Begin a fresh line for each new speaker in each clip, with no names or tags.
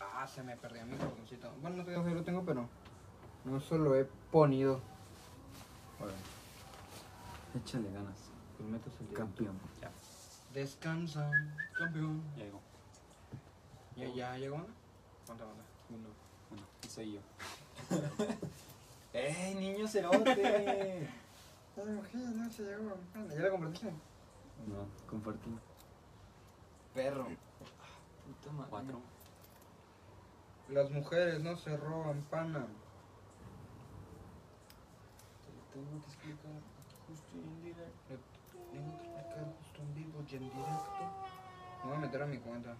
Ah, se me perdió mi carboncito. Bueno, no te digo que lo tengo, pero no se lo he ponido.
Órale. Échale ganas.
Pues metes el dedo.
Campeón.
Ya. Descansa, campeón.
Ya llegó.
¿Ya, ya llegó una? ¿Cuánta onda?
Uno. Uno. Y soy yo. ¡Ey, niño cerote!
no se llegó. Ah, ¿Ya la compartiste?
no, compartí.
Perro. Puta madre.
Cuatro.
Las mujeres no se roban, pana.
Te lo tengo que explicar justo y en directo.
Tengo que explicar justo en vivo y en directo. Me voy a meter a mi cuenta.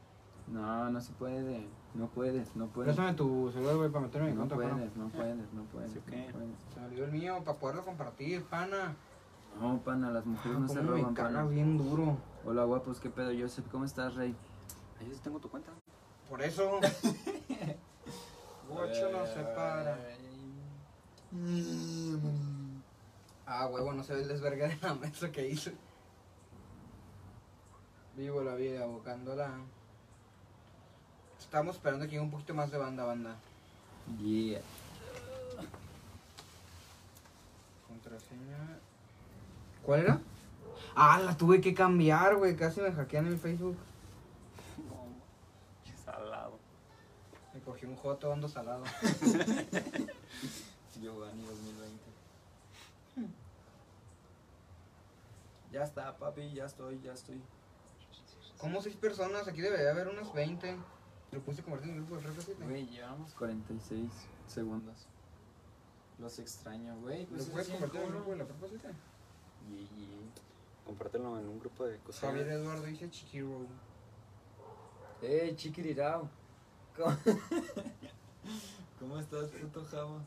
No, no se puede. No puedes, no puedes.
Préstame tu celular, güey, para meterme a mi
No
cuenta, pana.
puedes, no puedes, no puedes.
¿Sí o
no
qué?
puedes.
Se me olvidó el mío para poderlo compartir, pana.
No, pana, las mujeres Ah, no se
Ah, Cómo
roban,
me caga
pana.
bien duro.
Hola, guapos, ¿qué pedo? Joseph, ¿cómo estás, rey? Ahí sí tengo tu cuenta.
Por eso. Guacho no se
Eh.
para. Ah, huevo, no se ve el desvergue de la mesa que hizo. Vivo la vida, abocándola. Estamos esperando que llegue un poquito más de banda, banda.
Yeah.
Contraseña. ¿Cuál era? Ah, la tuve que cambiar, güey. Casi me hackean el Facebook.
Salado.
Me cogí un joto ando salado.
Giovanni 2020. Ya está, papi, ya estoy, ya estoy.
Como seis personas, aquí debería haber unas 20. Lo puse convertir en un grupo de reto 7.
Güey, llevamos 46 segundos. Los extraño, güey.
¿Lo
Pues
puedes
es
convertir en un
cinco,
grupo
¿no?
de la prepa 7?
Y- y- Compártelo en un grupo de
Javier Eduardo dice Chiquiro.
¡Eh, chiquirirao! ¿Cómo... ¿Cómo estás, puto Java?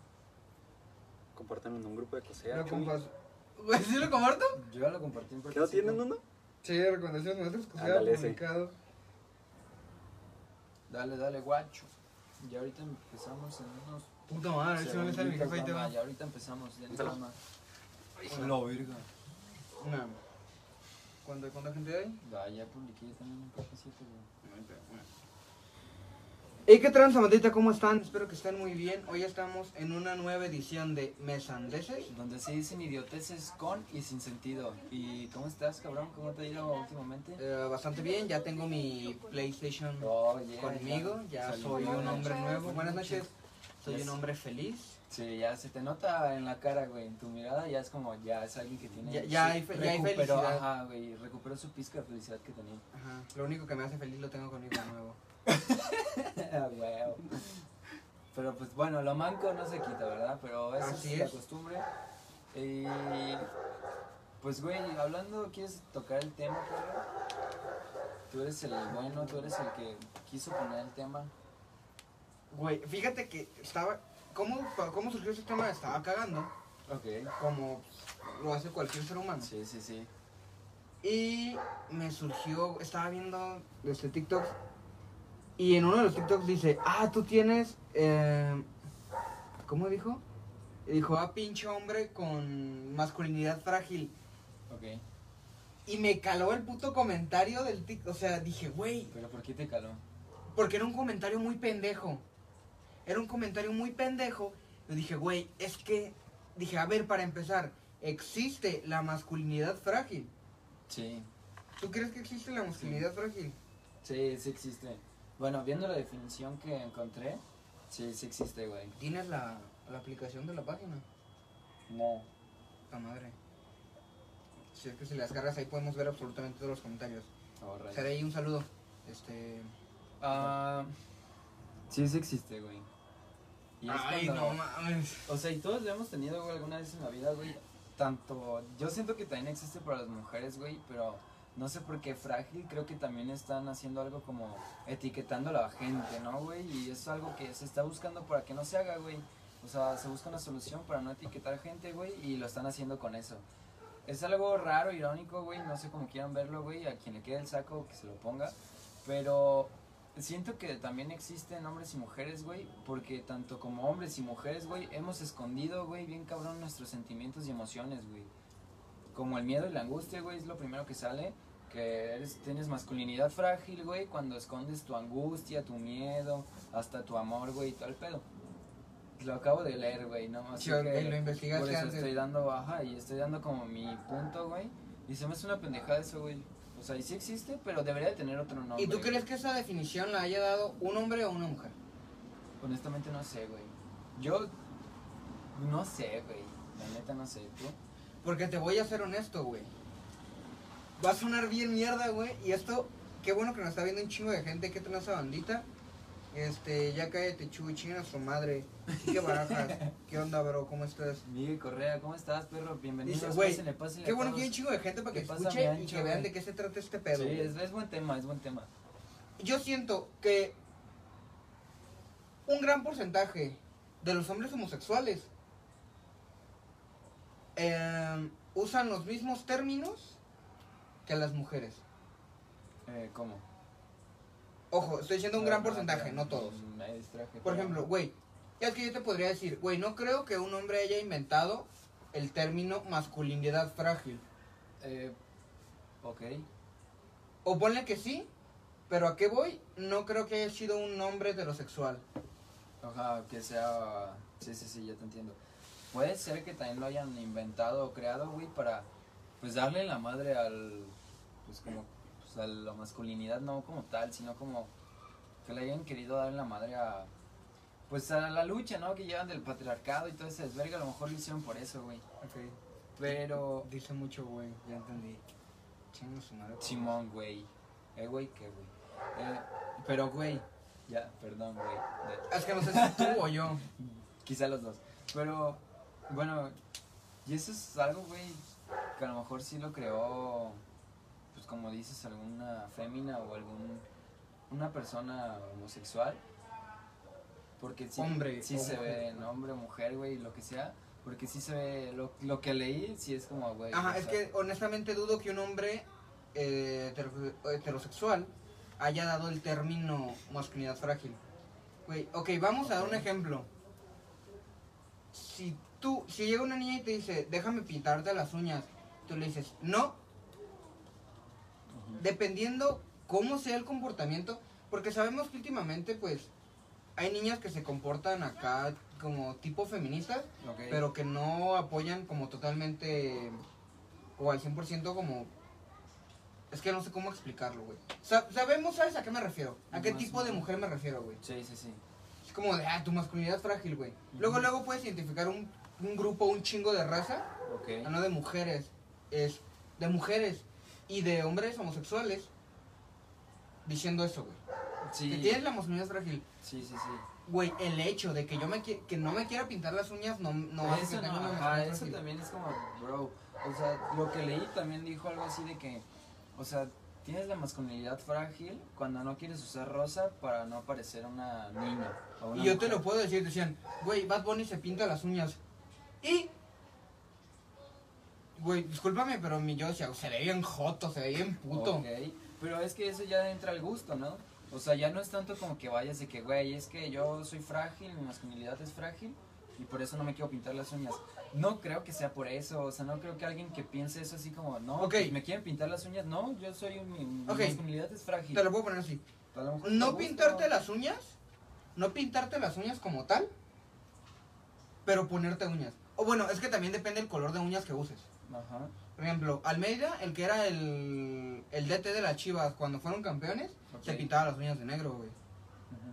Compártanlo en un grupo de cosea.
Lo compas. Güey, ¿Sí lo comparto?
Yo ya lo compartí en
¿Qué no tienen
no?
uno?
Sí, recomendaciones maestros que se
Ándale,
haya
ese.
publicado.
Dale, dale, guacho. Ya ahorita empezamos en unos.
Puta madre, a ver si Ah, no le sale mi
segunditos,
jefe, ahí te
dama,
va.
Ya ahorita empezamos, ya
Éntalo.
nada más.
No.
virga.
Una. ¿Cuánta, cuánta gente hay?
Ya, ya publiqué también un cafecito, güey.
Hey, qué tranza, bandita, ¿cómo están? Espero que estén muy bien. Hoy estamos en una nueva edición de Mesandeses.
Donde se dicen idioteces con y sin sentido. ¿Y cómo estás, cabrón? ¿Cómo te ha ido últimamente?
Eh, bastante bien, ya tengo mi PlayStation
Oh, yeah,
conmigo, ya
Salud.
soy un hombre nuevo.
Buenas
Buenas
noches.
noches, soy un hombre feliz.
Sí, ya se te nota en la cara, güey. En tu mirada ya es como, ya es alguien que tiene.
Ya- ya hay fe- ya hay
recuperó,
felicidad.
Ajá, güey. Recuperó su pizca de felicidad que tenía.
Ajá. Lo único que me hace feliz lo tengo conmigo nuevo.
Ah, huevo. Pero pues bueno, lo manco no se quita, ¿verdad? Pero esa
Así
es, la
es.
costumbre. Y pues güey, hablando, ¿quieres tocar el tema, perro? Tú eres el bueno, tú eres el que quiso poner el tema.
Güey, fíjate que estaba... ¿Cómo, cómo surgió ese tema? Estaba cagando,
Ok.
como lo hace cualquier ser humano.
Sí, sí, sí.
Y me surgió, estaba viendo este TikTok y en uno de los TikToks dice, ah, tú tienes, eh, ¿cómo dijo? Y Dijo, ah, pinche hombre con masculinidad frágil.
Ok.
Y me caló el puto comentario del TikTok, o sea, dije, güey,
Pero ¿por qué te caló?
porque era un comentario muy pendejo. Era un comentario muy pendejo. Yo dije, güey, es que, dije, a ver, para empezar, existe la masculinidad frágil.
Sí.
¿Tú crees que existe la masculinidad frágil?
Sí, sí existe. Bueno, viendo la definición que encontré, sí, sí existe, güey.
¿Tienes la, la aplicación de la página?
No.
La madre. Si es que si las cargas ahí podemos ver absolutamente todos los comentarios.
Ahorra.
Será ahí un saludo. Este.
Ah, sí, sí existe, güey. Y es cuando-
mames.
O sea, y todos lo hemos tenido, güey, alguna vez en la vida, güey. Tanto, yo siento que también existe para las mujeres, güey, pero no sé por qué frágil, creo que también están haciendo algo como etiquetando a la gente, ¿no, güey? Y es algo que se está buscando para que no se haga, güey. O sea, se busca una solución para no etiquetar gente, güey, y lo están haciendo con eso. Es algo raro, irónico, güey, no sé cómo quieran verlo, güey, a quien le quede el saco, que se lo ponga, pero Siento que también existen hombres y mujeres, güey, porque tanto como hombres y mujeres, güey, hemos escondido, güey, bien cabrón nuestros sentimientos y emociones, güey. Como el miedo y la angustia, güey, es lo primero que sale, que eres, tienes masculinidad frágil, güey, cuando escondes tu angustia, tu miedo, hasta tu amor, güey, y todo el pedo. Lo acabo de leer, güey, ¿no? Así
Sí, ok,
que
eh, lo investigaste
Por eso
antes.
estoy dando baja y estoy dando como mi punto, güey. Y se me hace una pendejada eso, güey. O sea, y sí existe, pero debería de tener otro nombre.
¿Y tú
güey.
crees que esa definición la haya dado un hombre o una mujer?
Honestamente no sé, güey. Yo no sé, güey. La neta no sé, tú.
Porque te voy a ser honesto, güey. Va a sonar bien mierda, güey. Y esto, qué bueno que nos está viendo un chingo de gente que trae esa bandita. Este, ya cállate, Chuy, chinga a su madre. ¿Qué barajas? ¿Qué onda, bro? ¿Cómo estás?
Miguel Correa, ¿cómo estás, perro? Bienvenido.
Dice, güey,
pásenle, pásenle
Qué
a
bueno que hay un
todos.
chingo de gente para que
¿Qué pasa,
escuche y
Bianchi,
que vean
güey?
de qué se trata este pedo.
Sí,
güey.
es, es buen tema, es buen tema.
Yo siento que un gran porcentaje de los hombres homosexuales eh, usan los mismos términos que las mujeres.
Eh, ¿Cómo?
Ojo, estoy diciendo un gran porcentaje, no todos.
Me distraje.
Por
pero-
ejemplo, güey, es que yo te podría decir, güey, no creo que un hombre haya inventado el término masculinidad frágil.
Eh, ok.
O ponle que sí, pero ¿a qué voy? No creo que haya sido un hombre heterosexual.
Ojalá que sea. Sí, sí, sí, ya te entiendo. Puede ser que también lo hayan inventado o creado, güey, para pues darle la madre al. Pues como. Pues a la masculinidad, no como tal, sino como. Que le hayan querido darle la madre a. Pues a la lucha, ¿no? Que llevan del patriarcado y todo ese desverga, a lo mejor lo hicieron por eso, güey. Pero.
Dice mucho, güey, ya entendí. Chingo su madre.
Simón, güey. Eh, güey, qué, güey. Eh, pero, güey. Ya, perdón, güey. De-
Es que no sé si tú o yo.
Quizá los dos. Pero, bueno, y eso es algo, güey, que a lo mejor sí lo creó, pues como dices, alguna fémina o algún, una persona homosexual. Porque sí,
Hombre
sí
o
se
mujer.
ve en hombre, mujer, güey, lo que sea. Porque sí se ve, lo, lo que leí, sí es como, güey. o
Ajá, es
sea,
que honestamente dudo que un hombre eh, hetero- heterosexual haya dado el término masculinidad frágil. Güey, ok, vamos a dar un
Ok.
ejemplo. Si tú, si llega una niña y te dice, déjame pintarte las uñas, tú le dices, no. Dependiendo cómo sea el comportamiento, porque sabemos que últimamente, pues, hay niñas que se comportan acá como tipo feministas,
ok.
pero que no apoyan como totalmente o al 100% como es que no sé cómo explicarlo, güey. Sa- sabemos, ¿sabes a qué me refiero? ¿A qué
Más
tipo de
o menos.
mujer me refiero, güey?
Sí, sí, sí.
Es como de, ah, tu masculinidad es frágil, güey. Luego,
Ujú.
luego puedes identificar un, un grupo, un chingo de raza,
Ok.
ah, no de mujeres, es de mujeres y de hombres homosexuales diciendo eso, güey.
Sí,
Que tienes la masculinidad frágil.
sí, sí, sí.
Güey, el hecho de que yo me qui- que no me quiera pintar las uñas no no hace que
eso, no,
tenga una
ajá,
masculinidad
eso
frágil.
también es como, bro. O sea, lo que leí también dijo algo así de que, o sea, tienes la masculinidad frágil cuando no quieres usar rosa para no parecer una niña. o una
Y yo te
mujer.
lo puedo decir, decían, güey, Bad Bunny se pinta las uñas. Y. Güey, discúlpame, pero mi yo decía, se ve bien joto, se ve bien puto.
Ok, Pero es que eso ya entra al gusto, ¿no? O sea, ya no es tanto como que vayas de que, güey, es que yo soy frágil, mi masculinidad es frágil y por eso no me quiero pintar las uñas. No creo que sea por eso, o sea, no creo que alguien que piense eso así como, no,
Ok.
pues, me quieren pintar las uñas, no, yo soy, mi, mi
Ok.
masculinidad es frágil.
Te lo puedo poner así.
A lo mejor te
No
gusta.
pintarte las uñas, no pintarte las uñas como tal, pero ponerte uñas. O bueno, es que también depende el color de uñas que uses.
Ajá,
Por ejemplo, Almeida, el que era el, el DT de las Chivas cuando fueron campeones,
Ok.
se pintaba las uñas de negro, güey.
ajá.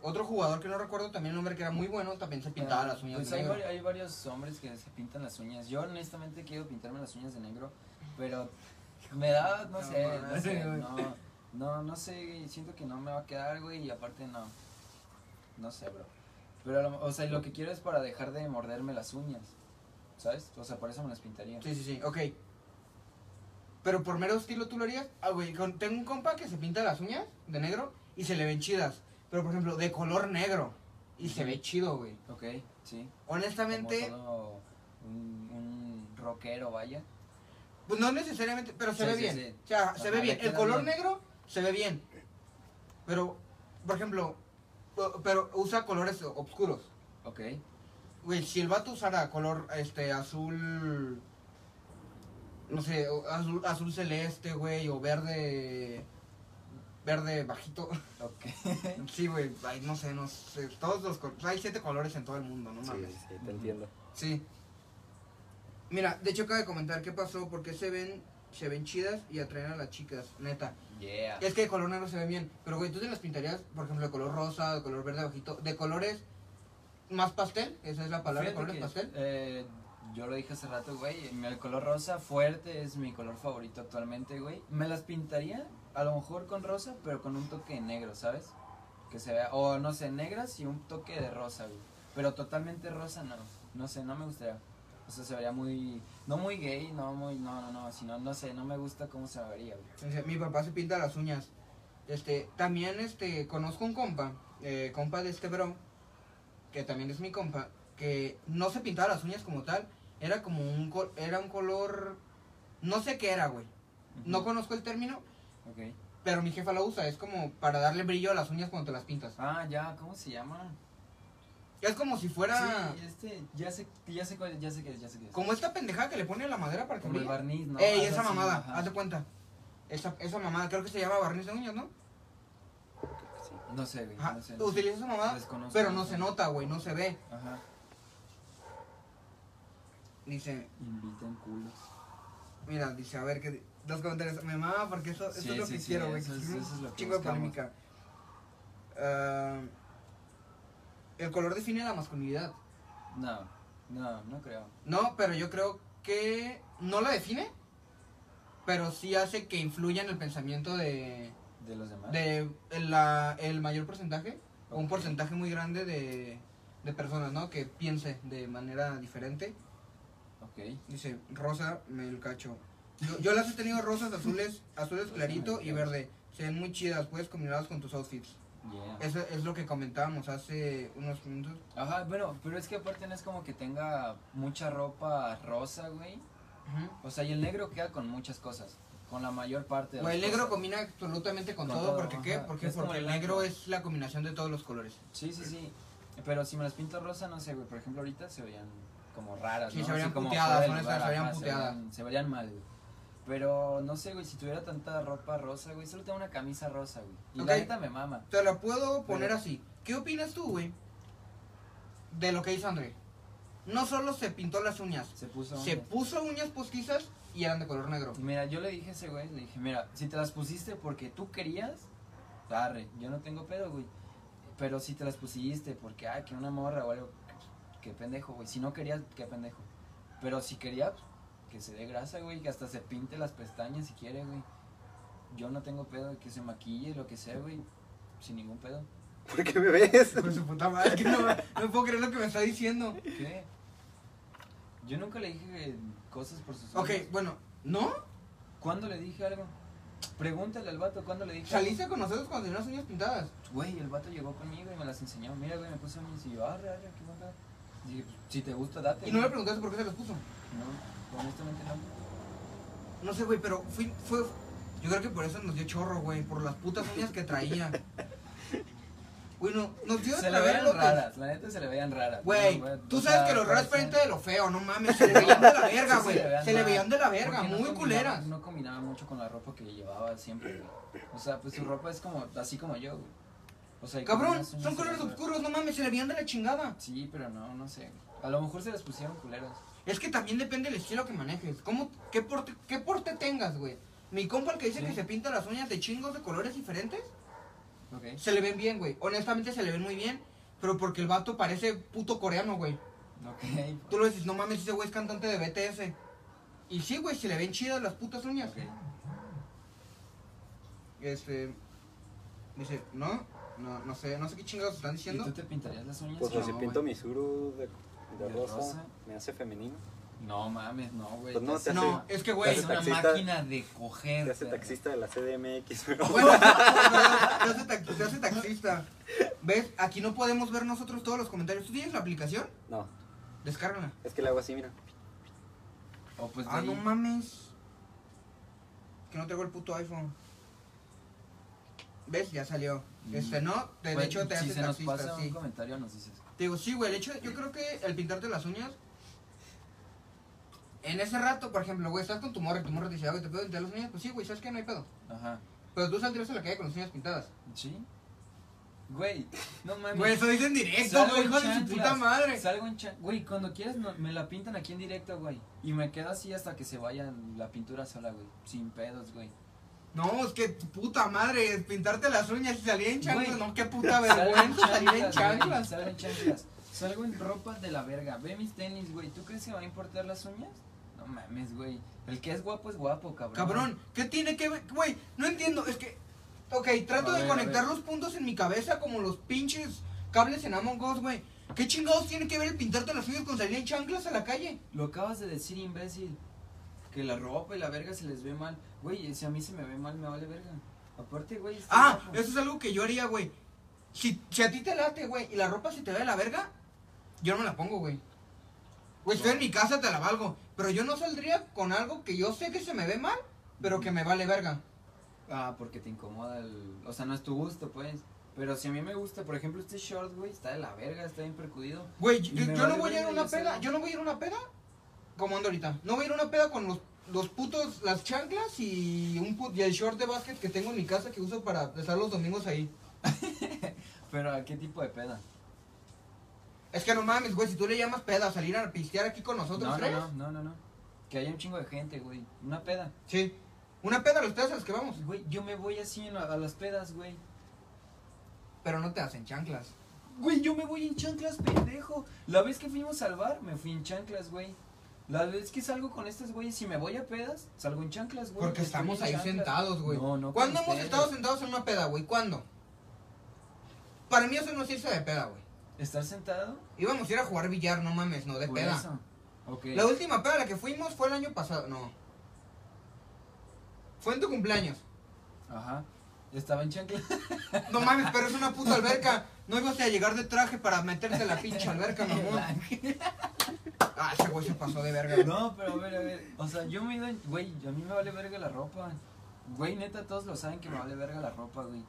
Otro jugador que no recuerdo también el nombre que era muy bueno, también se pintaba las uñas
Pues
de
hay,
negro.
vari- hay varios hombres que se pintan las uñas. Yo honestamente quiero pintarme las uñas de negro, pero me da, no,
No
sé, no
mames,
sé,
güey.
no, no, no sé, siento que no me va a quedar, güey, y aparte no, no sé, bro. Pero, a lo- o sea, y lo que quiero es para dejar de morderme las uñas, ¿sabes? O sea, por eso me las pintaría.
Sí, sí, sí, ok. Pero por mero estilo tú lo harías. Ah, güey, con- tengo un compa que se pinta las uñas de negro y se le ven chidas. Pero por ejemplo, de color negro. Y se ve chido, güey.
Ok, sí.
Honestamente,
Como todo un, un rockero, vaya.
pues no necesariamente, pero se
Sí,
ve
sí,
bien.
sí.
O sea, se
Ajá,
ve
le
bien. El
queda
color
bien.
negro se ve bien. Pero, por ejemplo, o- pero usa colores oscuros.
Ok,
Güey, si el vato usara color este azul no sé, o azul, azul celeste, güey, o verde. Verde bajito.
Ok.
Sí, güey, ay, no sé, no sé. Todos los colores. Hay siete colores en todo el mundo, no
Sí,
mames.
sí, te entiendo.
Sí. Mira, de hecho acaba de comentar qué pasó, porque se ven, se ven chidas y atraen a las chicas, neta.
Yeah.
Es que de color negro se ven bien, pero güey, tú te las pintarías, por ejemplo, de color rosa, de color verde bajito, de colores más pastel, esa es la palabra,
Fíjate
colores
que,
pastel.
eh, yo lo dije hace rato, güey. mi- El color rosa fuerte es mi color favorito actualmente, güey. Me las pintaría a lo mejor con rosa, pero con un toque de negro, ¿sabes? Que se vea, o no sé, negras y un toque de rosa, güey. Pero totalmente rosa no, no sé, no me gustaría. O sea, se vería muy, no muy gay, no muy, no, no, no, sino, no sé, no me gusta cómo se vería, güey.
O sea, Mi papá se pinta las uñas. Este, también este, conozco un compa, eh, compa de este bro, que también es mi compa, que no se pintaba las uñas como tal, era como un, col- era un color, no sé qué era, güey. No conozco el término,
Ok.
pero mi jefa lo usa, es como para darle brillo a las uñas cuando te las pintas.
Ah, ya, ¿cómo se llama?
Es como si fuera,
Sí, este, ya sé, ya sé cuál, ya sé qué es, ya sé qué es.
como esta pendejada que le pone la madera para que
Como el
brille.
barniz, ¿no?
Ey,
Algo
esa
así,
mamada, Ah,
ajá.
haz de cuenta. Esa, esa mamada, creo que se llama barniz de uñas, ¿no?
Creo que sí.
No sé, güey.
Ajá,
No sé, no sé.
utiliza esa mamada,
Desconozco.
pero no se nota, güey, no se ve.
Ajá.
Dice,
Invitan culos.
mira, dice, a ver, que dos comentarios. Me mama porque eso, eso
Sí,
es lo
sí,
que
sí,
quiero, güey.
eso
que
es-
hicieron
eso es lo que
Chingo de
buscamos.
polémica. Ah, el color define la masculinidad.
No, no, no creo.
No, pero yo creo que no la define, pero sí hace que influya en el pensamiento de,
¿De los demás?
de el, la- el mayor porcentaje, o un
Ok.
porcentaje muy grande de, de personas, ¿no? Que piense de manera diferente.
Ok.
Dice, rosa, me el cacho. Yo, yo las he tenido rosas, azules, azules clarito y verde. Se ven muy chidas, puedes combinarlas con tus outfits.
Yeah.
Eso es lo que comentábamos hace unos minutos.
Ajá, bueno, pero es que aparte no es como que tenga mucha ropa rosa, güey.
Ujú.
O sea, y el negro queda con muchas cosas. Con la mayor parte de
Güey, el
las
negro
cosas.
combina absolutamente con,
Con
todo,
todo,
porque ¿qué?
ajá.
Porque,
Es como
porque el
el
negro
blanco.
es la combinación de todos los colores.
Sí, sí, sí. Pero si me las pinto rosa, no sé, güey. Por ejemplo, ahorita se verían como raras,
Sí,
¿no?
se verían
Así como
puteadas,
fuera de
honesta,
lugar,
se verían
ajá,
puteadas.
verían- se verían mal, güey. Pero no sé, güey, si tuviera tanta ropa rosa, güey, solo tengo una camisa rosa, güey. Y
Ok.
la neta me mama.
Te la puedo poner
Pero-
así. ¿Qué opinas tú, güey? De lo que hizo André. No solo se pintó las uñas,
Se puso.
se
onda.
puso uñas postizas y eran de color negro.
Mira, yo le dije a ese güey, le dije, mira, si te las pusiste porque tú querías, arre, yo no tengo pedo, güey. Pero si te las pusiste porque, ay, que una morra o algo, qué pendejo, güey. Si no querías, qué pendejo. Pero si quería, pues, que se dé grasa, güey, que hasta se pinte las pestañas si quiere, güey. Yo no tengo pedo, que se maquille, lo que sea, güey. Sin ningún pedo.
¿Por qué me ves?
Por
Pues,
su puta madre, que no, no puedo creer lo que me está diciendo.
¿Qué? Yo nunca le dije cosas por sus
Ok,
ojos.
bueno, ¿no?
¿Cuándo le dije algo? Pregúntale al vato, ¿cuándo le dije algo?
Saliste con nosotros cuando tenías uñas pintadas.
Güey, el vato llegó conmigo y me las enseñó. Mira, güey, me puse uñas y yo, arre, arre, qué onda. Dije, pues, si te gusta, date.
Y no le
güey.
preguntaste por qué se las puso.
No, honestamente no.
No sé, güey, pero fui, fue. Yo creo que por eso nos dio chorro, güey. Por las putas uñas que traía. Güey, no, nos dio
Se
otra
le
vez
veían
lo que-
raras, la neta se le veían raras.
Güey,
No,
tú
o
sabes
sea,
que lo raro es
parecían-
frente de lo feo, no mames. Se le veían de la verga,
Sí,
güey.
veían
se le
mal.
veían de la verga,
Porque no
muy
combinaba-
culeras.
No combinaba mucho con la ropa que llevaba siempre, güey. O sea, pues su ropa es como, así como yo, güey. O sea, y con
Cabrón,
unas uñas
son
se
colores
le veían-
oscuros, no mames, se le veían de la chingada.
Sí, pero no, no sé. A lo mejor se las pusieron culeras.
Es que también depende del estilo que manejes. ¿Cómo, qué, porte, ¿Qué porte tengas, güey? Mi compa, el que dice
Sí.
que se pinta las uñas de chingos de colores diferentes,
Ok.
se le ven bien, güey. Honestamente, se le ven muy bien. Pero porque el vato parece puto coreano, güey.
Ok.
Tú lo dices, no mames, ese güey es cantante de BTS. Y sí, güey, se le ven chidas las putas uñas.
Ok.
Este. Dice, no, no, no sé, no sé qué chingados están
¿Y
diciendo.
tú te pintarías las uñas?
Pues
o
me si
no,
pinto
güey?
mi suru de, de
¿De
rosa,
rosa?
me hace femenino.
No mames, no, güey.
Pues no,
Te hace-
No,
hace-
es que,
güey,
güey.
es una
taxista.
máquina de coger.
Te hace
perro.
taxista de la CDMX.
Bueno, te hace tax- te hace taxista. ¿Ves? Aquí no podemos ver nosotros todos los comentarios. ¿Tú tienes la aplicación?
No,
Descárgala.
es que le hago así, mira.
O pues de
Ah, no
ahí.
mames. Que no traigo el puto iPhone. ¿Ves? Ya salió. Este, no, de, de
Mm. Güey,
hecho te
si
hace
se
taxista,
nos pasa
sí.
un comentario nos dices.
Te digo, sí, güey, el hecho, yo creo que el pintarte las uñas En ese rato, por ejemplo, güey, estás con tu morra y tu morra te dice, ah, güey, ¿te puedo pintar los niños? Pues sí, güey, ¿sabes qué? No hay pedo.
Ajá.
Pero tú saldrías a la calle con las uñas pintadas.
¿Sí? Güey, no mames.
Güey, eso dice en directo,
Salgo
güey,
en
hijo de su
chanclas,
puta madre.
Salgo en chan- Güey, cuando quieras no- me la pintan aquí en directo, güey. Y me quedo así hasta que se vaya la pintura sola, güey. Sin pedos, güey.
No, es que tu puta madre, es pintarte las uñas y salir en chanclas.
Güey.
No, qué puta
Salgo en
vergüenza salir en
chanclas, güey,
chanclas.
Salgo en chanclas. Salgo en ropa de la verga. Ve mis tenis, güey. ¿Tú crees que me va a importar las uñas? No mames, güey. El que es guapo es guapo, cabrón.
Cabrón, ¿qué tiene que ver? Güey, no entiendo, es que... Ok, trato
A
de
ver, a
conectar
ver.
los puntos en mi cabeza como los pinches cables en Among Us, güey. ¿Qué chingados tiene que ver el pintarte las uñas con salir en chanclas a la calle?
Lo acabas de decir, imbécil. Que la ropa y la verga se les ve mal. Güey, si a mí se me ve mal, me vale verga. Aparte, güey. estoy
Ah,
guapo.
eso es algo que yo haría, güey. Si, si a ti te late, güey, y la ropa se te ve de la verga, yo no me la pongo, güey. Güey, estoy en mi casa, te la valgo. Pero yo no saldría con algo que yo sé que se me ve mal, pero que me vale verga.
Ah, porque te incomoda el... O sea, no es tu gusto, pues. Pero si a mí me gusta, por ejemplo, este short, güey, está de la verga, está bien percudido.
Güey,
Y
yo,
me
yo
vale
no voy a ir a
verga,
una
yo sé.
peda, yo no voy a ir a una peda como ando ahorita. No voy a ir a una peda con los, los putos, las chanclas y, un put- y el short de básquet que tengo en mi casa que uso para estar los domingos ahí.
Pero ¿a qué tipo de peda?
Es que no mames, güey, si tú le llamas peda a salir a pistear aquí con nosotros,
No, no,
tres,
no, no, no, no. Que haya un chingo de gente, güey. Una peda. Pues,
Sí. Una peda a los pedas a los que vamos.
Güey, yo me voy así en la- a las pedas, güey.
Pero no te hacen chanclas.
Güey, yo me voy en chanclas, pendejo. La vez que fuimos al bar, me fui en chanclas, güey. La vez que salgo con estos güeyes, si me voy a pedas, salgo en chanclas, güey.
Porque
Estoy
estamos
en
ahí
pues chanclas.
sentados, güey.
No, no.
¿Cuándo
con
hemos
ustedes.
estado sentados en una peda, güey? ¿Cuándo? Para mí eso no es irse de peda, güey.
¿Estar sentado?
Íbamos a ir a jugar billar, no mames, no de
Por
peda.
eso. Ok.
La última peda a la que fuimos fue el año pasado, no. Fue en tu cumpleaños.
Ajá. Estaba en chanclas.
No mames, pero es una puta alberca. No ibas a llegar de traje para meterte a la pinche alberca, mamón. Ah, ese güey se pasó de verga.
No, pero a ver, a ver. O sea, yo me he ido en- Güey, a mí me vale verga la ropa. Güey, neta, todos lo saben que me vale verga la ropa, güey.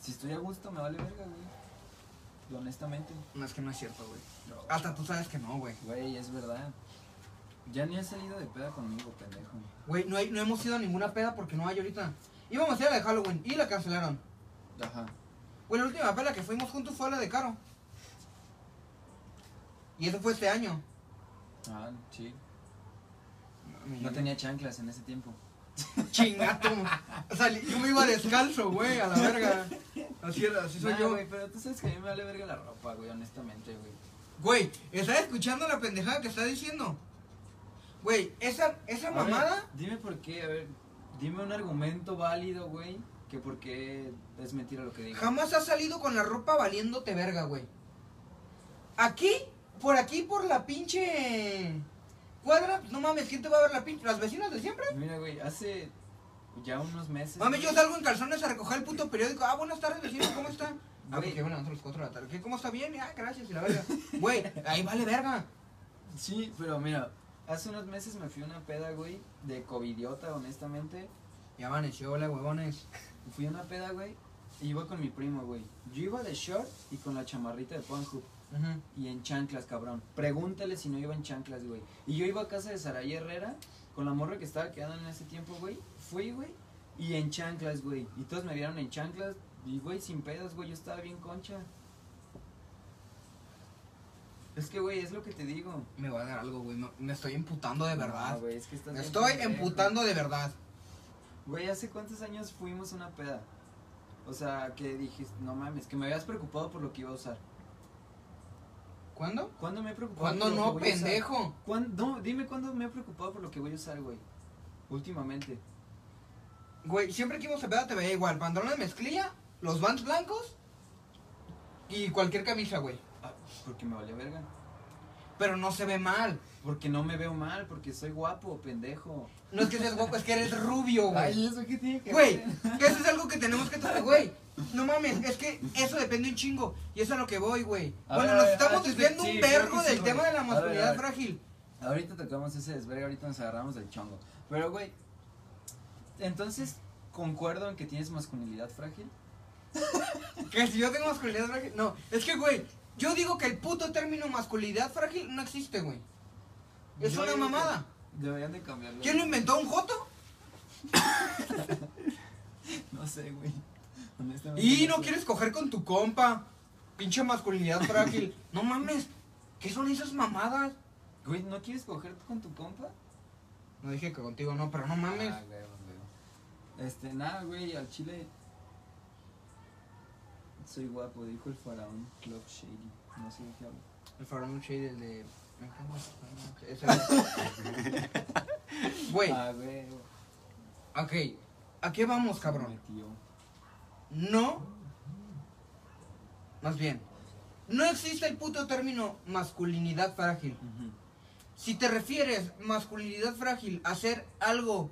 Si estoy a gusto, me vale verga, güey. Honestamente.
No, es que no es cierto, güey. Hasta tú sabes que no, güey.
Güey, es verdad. Ya ni has salido de peda conmigo, pendejo.
Güey, no, hay- no hemos ido a ninguna peda porque no hay ahorita. Íbamos a ir a la de Halloween y la cancelaron.
Ajá.
Güey, la última peda que fuimos juntos fue a la de Caro. Y eso fue este año.
Ah, sí. No tenía chanclas en ese tiempo.
Chingato. O sea, yo me iba descalzo, güey, a la verga. Así era, así soy
Nah,
yo.
güey, pero tú sabes que a mí me vale verga la ropa, güey, honestamente, güey.
Güey, ¿estás escuchando la pendejada que está diciendo? Güey, esa, esa
A
mamada...
ver, dime por qué, a ver, dime un argumento válido, güey, que por qué es mentira lo que digo.
Jamás has salido con la ropa valiéndote verga, güey. Aquí, por aquí, por la pinche cuadra, no mames, ¿quién te va a ver la pinche? ¿Las vecinas de siempre?
Mira, güey, hace ya unos meses.
Mames, yo
güey,
salgo en calzones a recoger el puto periódico. Ah, buenas tardes, vecino, ¿cómo está? Ah,
Güey.
porque bueno, son las 4 de la tarde. ¿Qué, ¿Cómo está bien? Ah, gracias, y la verga. Güey, ahí vale verga.
Sí, pero mira, hace unos meses me fui a una peda, güey, de covidiota, honestamente.
Ya amaneció, hola, huevones.
Fui a una peda, güey, y iba con mi primo, güey. Yo iba de short y con la chamarrita de Pornhub
Ujú.
y en chanclas, cabrón. Pregúntale si no iba en chanclas, güey. Y yo iba a casa de Saray Herrera con la morra que estaba quedando en ese tiempo, güey. Fui, güey, y en chanclas, güey. Y todos me vieron en chanclas y, güey, sin pedos, güey. Yo estaba bien concha. Es que, güey, es lo que te digo.
Me va a dar algo, güey. Me, me estoy emputando de
No,
verdad.
güey, es que estás
me
bien
estoy
pendejo.
emputando de verdad.
Güey, ¿hace cuántos años fuimos a una peda? O sea, que dijiste, no mames, que me habías preocupado por lo que iba a usar.
¿Cuándo?
¿Cuándo me he preocupado?
¿Cuándo
por lo que
no,
voy a usar?
pendejo?
¿Cuán- no, dime cuándo me he preocupado por lo que voy a usar, güey. Últimamente.
Güey, siempre que íbamos a peda te veía igual. Pantalón de mezclilla, los vans blancos y cualquier camisa, güey.
Ah, porque me valió verga.
Pero no se ve mal.
Porque no me veo mal, porque soy guapo, pendejo.
No es que seas guapo, es que eres rubio, güey.
¿eso qué tiene que
Güey, eso es algo que tenemos que tratar, güey. No mames, es que eso depende un chingo. Y eso es a lo que voy, güey.
A
Bueno,
ver, a
nos
ver,
estamos
a ver,
desviando
sí,
un
creo
vergo
que sí,
del
güey.
tema de la
A ver, a
masculinidad
ver.
frágil.
Ahorita tocamos ese desvergue, ahorita nos agarramos del chongo. Pero, güey, entonces, ¿concuerdo en que tienes masculinidad frágil?
Que si yo tengo masculinidad frágil. No, es que, güey, yo digo que el puto término masculinidad frágil no existe, güey. Es
Yo
una
digo que-
mamada.
Deberían de cambiarlo.
¿Quién lo inventó? ¿Un Joto?
No sé, güey. Honestamente,
Y no
sé.
quieres coger con tu compa. Pinche masculinidad frágil. No mames. ¿Qué son esas mamadas?
Güey, ¿no quieres coger con tu compa?
No dije que contigo no, pero no mames.
Ah, güey, güey. Este, nada, güey, al chile. Soy guapo, dijo el faraón Club Shady. No sé de qué hablo.
El faraón Shade, el de. Ese güey. Güey,
Ah, güey.
ok. ¿A qué vamos,
Me
cabrón?
metió.
No. Más bien. No existe el puto término masculinidad frágil.
Ujú.
Si te refieres masculinidad frágil a hacer algo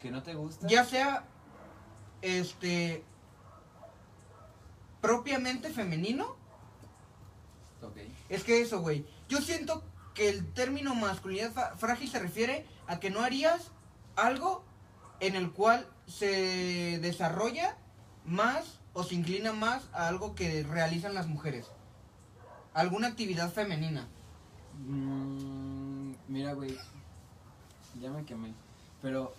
¿Que no te gusta?
ya sea este propiamente femenino,
Ok.
es que eso, güey. Yo siento que el término masculinidad fa- frágil se refiere a que no harías algo en el cual se desarrolla más o se inclina más a algo que realizan las mujeres. Alguna actividad femenina.
Mm, mira, güey. Ya me quemé. Pero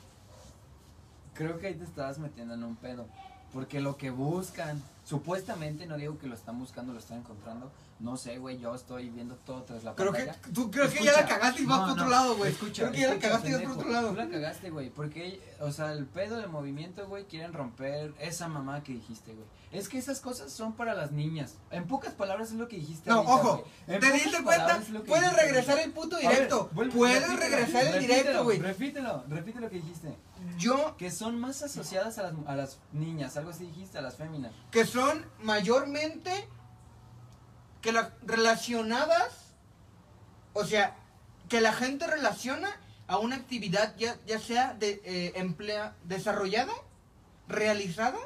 creo que ahí te estabas metiendo en un pedo. Porque lo que buscan, supuestamente, no digo que lo están buscando, lo están encontrando. No sé, güey, yo estoy viendo todo tras la
Creo que
pantalla.
tú creo que ya la
Escucha.
cagaste y vas
No,
por otro
no,
lado, güey.
Escucha,
Creo que ya la
escucha,
cagaste y vas por
pendejo,
otro lado.
Tú la cagaste, güey, porque, o sea, el pedo del movimiento, güey, quieren romper esa mamá que dijiste, güey. Es que esas cosas son para las niñas. En pocas palabras es lo que dijiste.
No,
ahorita,
ojo,
güey. En
¿Te
pocas
diste cuenta?
palabras es lo que
Puedes
dijiste
regresar
ahorita.
el puto
A ver,
directo.
vuelve,
Puedes
repítelo,
regresar el directo,
repítelo,
güey.
Repítelo, repítelo lo que dijiste.
Yo,
Que son más asociadas a las, a las niñas, algo así dijiste, a las féminas.
que son mayormente que la, relacionadas, o sea, que la gente relaciona a una actividad ya, ya sea de, eh, emplea, desarrollada, realizada,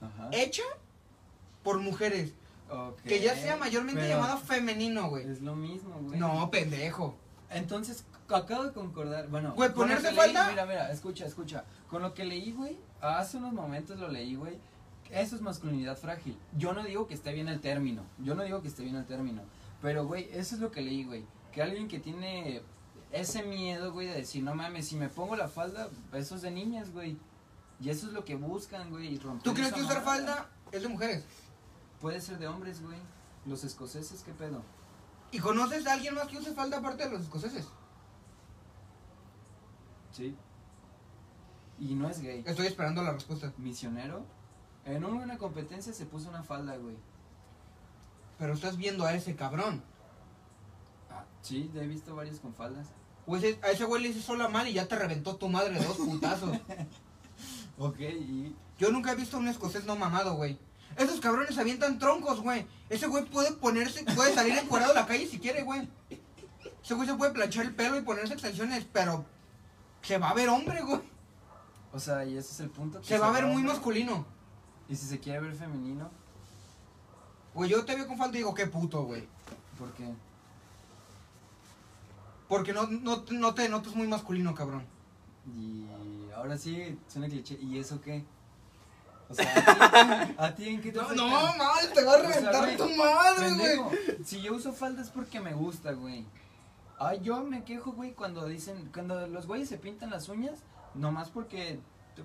Ajá.
hecha por mujeres.
Ok,
Eh, Que ya sea mayormente
Eh, pero
llamada femenino, güey.
Es lo mismo, güey.
No, pendejo.
Entonces, c- acabo de concordar. Bueno,
Güey,
con lo
ponerse
que leí-
falda.
Mira, mira, escucha, escucha. Con lo que leí, güey, hace unos momentos lo leí, güey. Eso es masculinidad frágil. Yo no digo que esté bien el término. Yo no digo que esté bien el término. Pero, güey, eso es lo que leí, güey. Que alguien que tiene ese miedo, güey, de decir, no mames, si me pongo la falda, eso es de niñas, güey. Y eso es lo que buscan, güey. y romper
¿Tú crees
esa
que usar
mamada.
falda es de mujeres?
Puede ser de hombres, güey. Los escoceses, ¿qué pedo?
¿Y conoces a alguien más que use falda aparte de los escoceses?
Sí. Y no es gay.
Estoy esperando la respuesta.
misionero. En una competencia se puso una falda, güey.
Pero estás viendo a ese cabrón.
Ah, sí, he visto varios con faldas.
O ese- Pues, a ese güey le hizo la mal y ya te reventó tu madre de dos putazos.
Ok, y.
Yo nunca he visto a un escocés no mamado, güey. Esos cabrones avientan troncos, güey. Ese güey puede ponerse, puede salir encuadrado a la calle si quiere, güey. Ese güey se puede planchar el pelo y ponerse extensiones, pero se va a ver hombre, güey.
O sea, y ese es el punto. que
Se va a ver muy
hombre.
masculino.
Y si se quiere ver femenino,
Güey, yo te veo con falta y digo, qué puto, güey.
¿por qué?
Porque no, no, no te notas muy masculino, cabrón.
Y ahora sí, suena cliché. ¿Y eso qué? O sea, ¿a ti, a ti en qué te
No,
afecta?
no, mal, te va ah, Pues, a
O sea,
reventar
güey,
tu madre, güey.
Pendejo, si yo uso falda es porque me gusta, güey. Ay, yo me quejo, güey, cuando dicen, cuando los güeyes se pintan las uñas, nomás porque,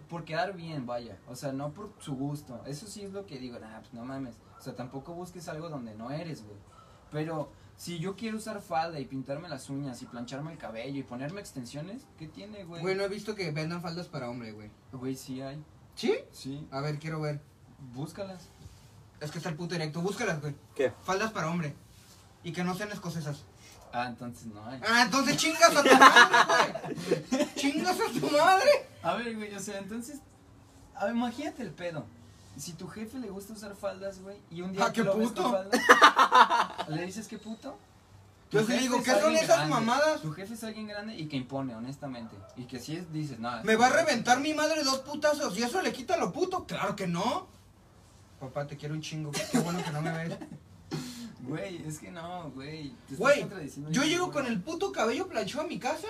por quedar bien, vaya. O sea, no por su gusto. Eso sí es lo que digo, nah, pues no mames. O sea, tampoco busques algo donde no eres, güey. Pero si yo quiero usar falda y pintarme las uñas y plancharme el cabello y ponerme extensiones, ¿qué tiene, güey?
Güey, no he visto que vendan faldas para hombre, güey.
Güey, sí hay.
¿Sí?
Sí,
A ver, quiero ver.
búscalas.
Es que está el puto directo. Búscalas, güey.
¿Qué?
Faldas para hombre. Y que no sean escocesas.
Ah, entonces no hay.
Ah, entonces chingas a tu madre, güey. Chingas a tu madre.
A ver, güey, o sea, entonces, a ver, imagínate el pedo. Si tu jefe le gusta usar faldas, güey, y un día
Ah,
tú
qué
lo ves
puto.
con faldas, le dices qué puto. Tu
Yo sí
jefe
digo,
es
¿qué son
alguien
esas
grande.
mamadas?
Tu jefe es alguien grande y que impone, honestamente. Y que si es, dices, nada.
Me va a reventar mi madre dos putazos y eso le quita lo puto. Claro que no. Papá, te quiero un chingo. Qué bueno que no me ves.
Güey, es que no, güey. te estás
Güey,
contradiciendo
yo
bien,
llego
güey.
con el puto cabello planchado a mi casa.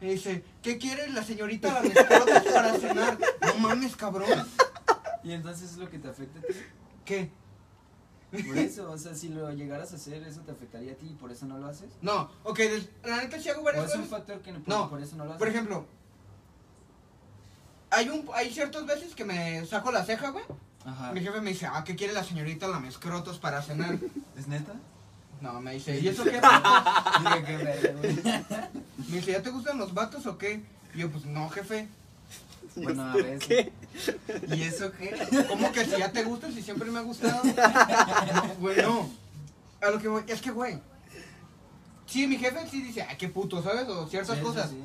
Y dice, ¿qué quiere la señorita la mezcota para cenar? No mames, cabrón.
Y entonces es lo que te afecta a ti.
¿Qué?
Por eso, o sea, si lo llegaras a hacer, eso te afectaría a ti y por eso no lo haces.
No, ok, des- la neta sí hago
O
varias
es
cosas.
un factor que no, por,
No,
por eso no lo haces.
Por ejemplo, hay un hay ciertas veces que me saco la ceja, güey.
Ajá.
Mi jefe me dice, ah, ¿qué quiere la señorita la mezcrotos para cenar?
¿Es neta?
No, me dice, ¿y eso qué?
Digo, qué verga, güey.
Me dice, ¿ya te gustan los vatos o qué? Y yo, pues no, jefe.
Bueno, a ver.
¿Qué?
¿Y eso qué?
¿Cómo que si ya te gustan si siempre me ha gustado? No, güey, no. A lo que voy, es que, güey. Sí, mi jefe sí dice, ah, qué puto, ¿sabes? O ciertas
Sí, eso
cosas.
sí.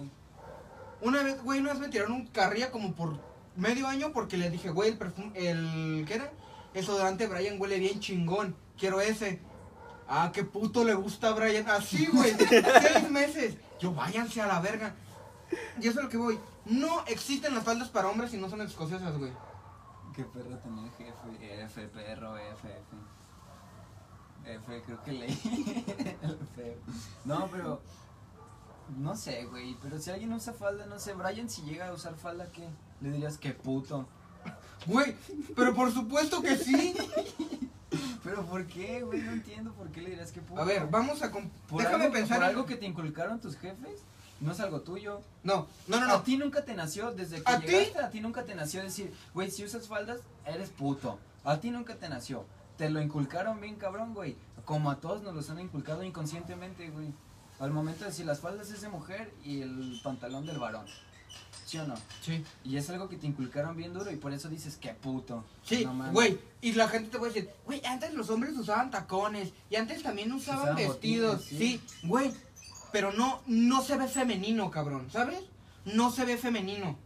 Una vez, güey, una vez me tiraron un carrilla como por medio año porque les dije, güey, el perfume, el, ¿qué era? Eso delante Brian huele bien chingón, quiero ese. Ah, qué puto le gusta a Brian. Así, güey, seis meses. Yo, váyanse a la verga. Y eso es lo que voy. No existen las faldas para hombres si no son escocesas, güey.
Qué perro tener jefe. F, perro, F, F. F, creo que leí. El feo. No, pero. No sé, güey. Pero si alguien usa falda, no sé. Brian, si llega a usar falda, ¿qué? Le dirías, qué puto.
Güey, pero por supuesto que sí.
Pero ¿por qué, güey? No entiendo por qué le dirías, qué puto.
A ver, vamos a... comp-
¿Por
Déjame
algo,
pensar
Por
en-
algo que te inculcaron tus jefes, no es algo tuyo.
No, no, no, no.
A ti nunca te nació, desde que
¿A ti?
llegaste, a ti nunca te nació decir, güey, si usas faldas, eres puto. A ti nunca te nació. Te lo inculcaron bien, cabrón, güey. Como a todos nos los han inculcado inconscientemente, güey. Al momento de si las faldas es de mujer y el pantalón del varón. ¿Sí o no?
Sí.
Y es algo que te inculcaron bien duro y por eso dices, qué puto.
Sí,
No mames.
güey, y la gente te puede decir, güey, antes los hombres usaban tacones y antes también usaban
Usaban
vestidos,
botines,
sí,
sí.
güey, pero no, no se ve femenino, cabrón, ¿sabes? No se ve femenino.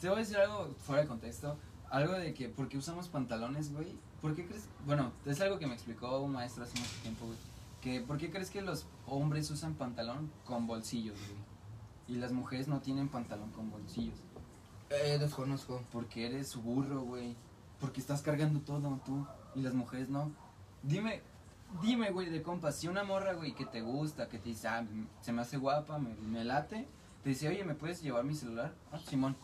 Te voy a decir algo fuera de contexto. Algo de que, ¿por qué usamos pantalones, güey? ¿Por qué crees? Bueno, es algo que me explicó un maestro hace mucho tiempo, güey. Que, ¿por qué crees que los hombres usan pantalón con bolsillos, güey? Y las mujeres no tienen pantalón con bolsillos.
Eh, desconozco.
Porque eres burro, güey. Porque estás cargando todo tú. Y las mujeres no. Dime, dime, güey, de compas. Si una morra, güey, que te gusta, que te dice, ah, m- se me hace guapa, me, me late. Te dice, oye, ¿me puedes llevar mi celular? Ah, Simón.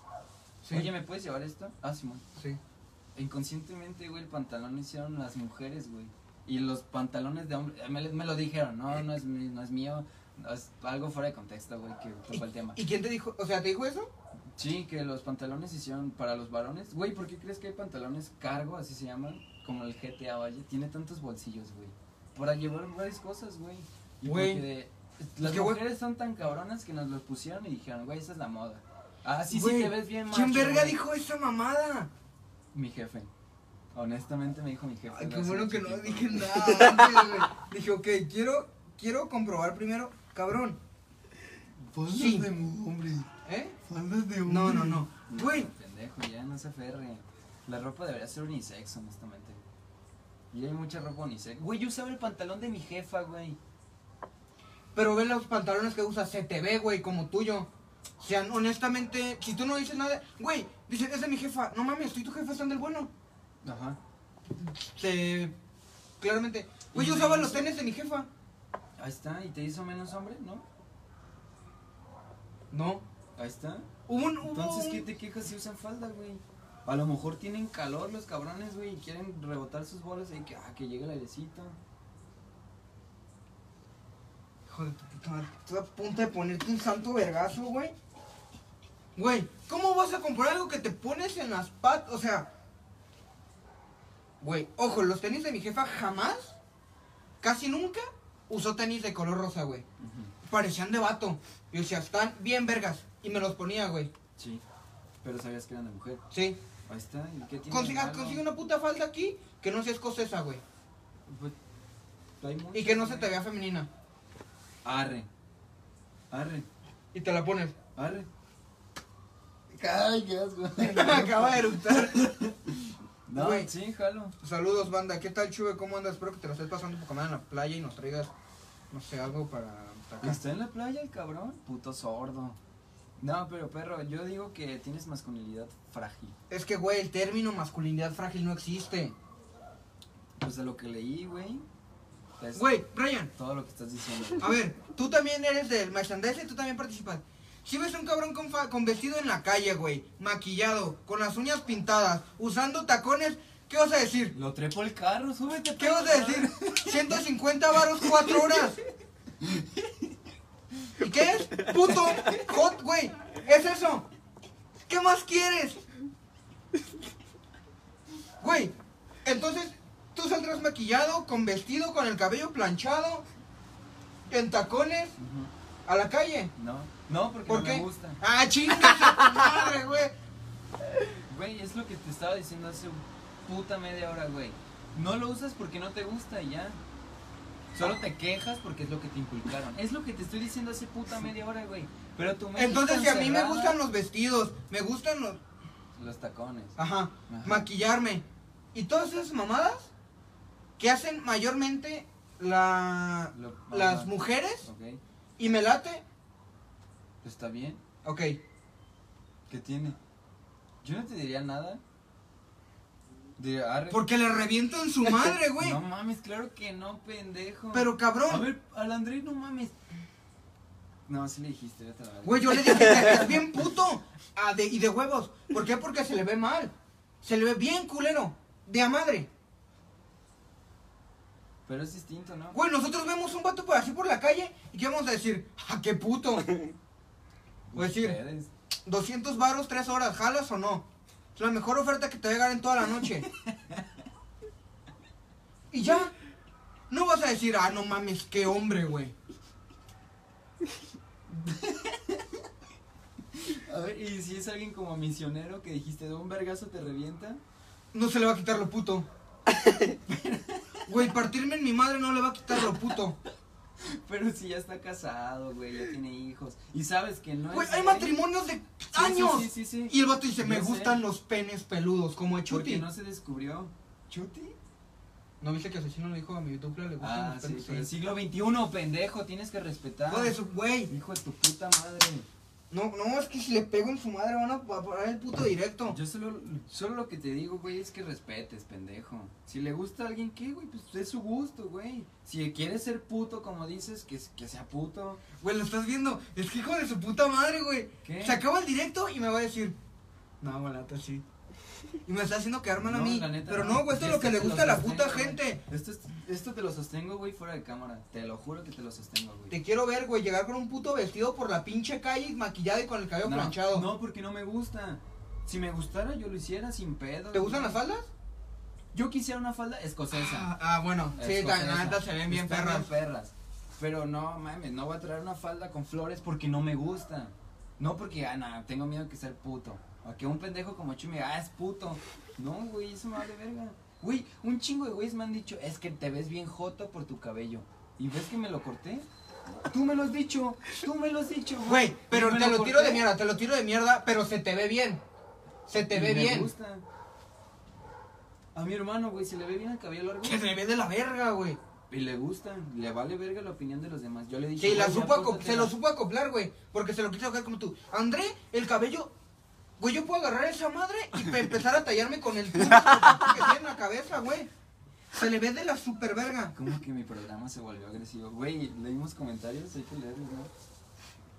Sí,
Oye, ¿me puedes llevar esto? Ah, Simón.
sí.
Inconscientemente, güey, el pantalón lo hicieron las mujeres, güey. Y los pantalones de hombre, eh, me, me lo dijeron, no, no es, mi- no es mío, no es algo fuera de contexto, güey, que tocó el tema.
¿Y quién te dijo, o sea, te dijo eso?
Sí, que los pantalones hicieron para los varones. Güey, ¿por qué crees que hay pantalones cargo, así se llaman? Como el GTA, vaya, tiene tantos bolsillos, güey. Para llevar varias cosas, güey. Y
Güey.
porque las
que, güey-
mujeres son tan cabronas que nos los pusieron y dijeron, güey, esa es la moda. Ah, sí,
Güey,
sí, te ves bien, macho.
¿Quién verga
güey.
dijo esa mamada?
Mi jefe. Honestamente me dijo mi jefe.
Ay, qué
hace
bueno
mucho
que no
tiempo.
dije nada antes, güey. Dije, ok, quiero, quiero comprobar primero, cabrón,
Faldas
Sí.
de mu- hombre.
¿eh?
Faldas de hombre.
No, no, no.
No,
Güey,
Pendejo, ya no se aferre. La ropa debería ser unisex, honestamente. Y hay mucha ropa unisex. Güey, yo usaba el pantalón de mi jefa, güey.
Pero ve los pantalones que usa CTV, güey, como tuyo. O sea, honestamente, si tú no dices nada, güey, dices, es de mi jefa. No mames, tú y tu jefa están del bueno.
Ajá.
Se... Claramente. Güey, yo usaba los tenis de mi jefa.
Ahí está, y te hizo menos hombre, ¿no?
No.
Ahí está.
Hubo un... hubo
Entonces, ¿qué
un-
te quejas si usan falda, güey? A lo mejor tienen calor los cabrones, güey, y quieren rebotar sus bolas y que, ah, que llegue el airecito.
Hijo de tu puta madre, estoy a punto de ponerte un santo vergazo, güey. Güey, ¿cómo vas a comprar algo que te pones en las patas? O sea... Güey, ojo, los tenis de mi jefa jamás, casi nunca, usó tenis de color rosa, güey. parecían de vato. Y yo decía, están bien vergas. Y me los ponía, güey.
Sí. Pero sabías que eran de mujer.
Sí.
Ahí está, ¿y qué tiene? de
Consiga,
malo?
ah, consigue una puta falda aquí que no sea escocesa, güey.
Pues, hay
Y
muchas,
que no se
güey.
te vea femenina.
Arre. Arre.
Y te la pones.
Arre. Ay, qué asco.
Acaba de eructar.
No,
Güey.
sí, jalo.
Saludos, banda. ¿Qué tal, Chuve? ¿Cómo andas? Espero que te la estés pasando poco más en la playa y nos traigas, no sé, algo para para acá.
Está en la playa el cabrón. Puto sordo. No, pero perro, yo digo que tienes masculinidad frágil.
Es que, güey, el término masculinidad frágil no existe.
Pues de lo que leí, güey. es
Güey, Brian,
Todo lo que estás diciendo. güey.
A ver, tú también eres del merchandise y tú también participas. Si ves un cabrón con, fa- con vestido en la calle, güey, maquillado, con las uñas pintadas, usando tacones, ¿Qué vas a decir?
Lo trepo el carro, súbete.
¿Qué vas a decir? 150 varos 4 horas. ¿Y qué es? Puto hot, güey. Es eso. ¿Qué más quieres? Güey, entonces tú saldrás maquillado, con vestido, con el cabello planchado, en tacones,
Ujú.
a la calle.
No, no, porque
¿Por
no
qué?
me gusta.
Ah, chingas a tu madre, güey.
Güey, es lo que te estaba diciendo hace puta media hora, güey. No lo usas porque no te gusta y ya. Solo te quejas porque es lo que te inculcaron. Es lo que te estoy diciendo hace puta media hora, güey. Pero tu mente
Entonces,
está
si a mí me
encerrada-
gustan los vestidos, me gustan los.
Los tacones.
Ajá,
Ajá.
maquillarme. Y todas esas mamadas que hacen mayormente la,
Lo-
las
ajá.
mujeres
Ok. pues
y me late.
¿Está bien?
Ok,
¿Qué tiene? Yo no te diría nada. Diría, arre.
porque le reviento en su madre, güey.
No mames, claro que no, pendejo.
Pero
A
cabrón,
ver, al Andrés no mames. No, sí le dijiste, vete a la verga.
güey, yo le dije que estás bien puto Ah, de- y de huevos. ¿Por qué? Porque se le ve mal. Se le ve bien culero, de a madre.
Pero es distinto, ¿no?
Güey, nosotros vemos un vato por así por la calle y ¿qué vamos a decir? ¡Ah, qué puto! voy a
Pues
decir.
Ustedes.
200 varos, 3 horas, ¿jalas o no? Es la mejor oferta que te va a llegar en toda la noche. y ya. No vas a decir, ah, no mames, qué hombre, güey.
A ver, y si es alguien como misionero que dijiste de un vergazo te revienta,
No se le va a quitar lo puto. Güey, partirme en mi madre no le va a quitar lo puto.
pero si ya está casado, güey, ya tiene hijos, y sabes que no
Güey,
es.
hay
gay,
matrimonios de
sí,
años.
Sí, sí, sí.
Y el vato dice,
Yo
me
sé.
gustan los penes peludos, como a
Porque
Chuti.
no se descubrió. ¿Chuti?
¿No viste que Asesino le dijo a mi dupla le gustan
Ah,
los
sí,
penes
pero el
peludos?
siglo XXI, pendejo, tienes que respetar.
Hijo de su- güey.
Hijo de tu puta madre.
No, no, es que si le pego en su madre van a pa- parar el puto directo.
Yo solo, solo lo que te digo, güey, es que respetes, pendejo. Si le gusta a alguien, ¿qué, güey? Pues es su gusto, güey. Si quiere ser puto, como dices, que, que sea puto.
Güey, lo estás viendo. Es que hijo de su puta madre, güey.
¿Qué?
Se acaba el directo y me va a decir, no, bolata, sí. Y me está haciendo quedar mal a
No,
mí.
la neta,
Pero no, güey, esto es lo
Este
que le
te lo
gusta a la
sostengo,
puta
güey.
gente.
Esto, es- esto te lo sostengo, güey, fuera de cámara. Te lo juro que te lo sostengo, güey.
Te quiero ver, güey, llegar con un puto vestido por la pinche calle, maquillado y con el cabello
no,
planchado.
No, porque no me gusta. Si me gustara, yo lo hiciera sin pedo.
¿Te gustan las
faldas?
faldas?
Yo quisiera una falda escocesa.
Ah, ah, bueno, sí, la
Escocesa.
la neta se ven bien
Están
perras.
perras. Pero no, mames, no voy a traer una falda con flores porque no me gusta. No porque, ah, nah, tengo miedo que ser puto. O que un pendejo como Chu me diga, ah, es puto. No, güey, eso me vale verga. Güey, un chingo de güeyes me han dicho, es que te ves bien joto por tu cabello. ¿Y ves que me lo corté? Tú me lo has dicho, tú me lo has dicho.
Güey, pero
Y me
te lo tiro
corté.
de mierda, te lo tiro de mierda, pero se te ve bien. Se te
Y
ve
me
bien.
gusta. A mi hermano, güey, se le ve bien el cabello largo.
Se te ve de la verga, güey.
Y le gusta, le vale verga la opinión de los demás. Yo le dije,
Sí, la
"Güey, ya
supo aco- se
póntatela".
lo supo acoplar, güey. Porque se lo quiso sacar como tú. André, el cabello. Güey, yo puedo agarrar esa madre y pe- empezar a tallarme con el puto que tiene en la cabeza, güey. Se le ve de la super verga.
Como que mi programa se volvió agresivo. Güey, leímos comentarios, hay que leerlos, ¿no?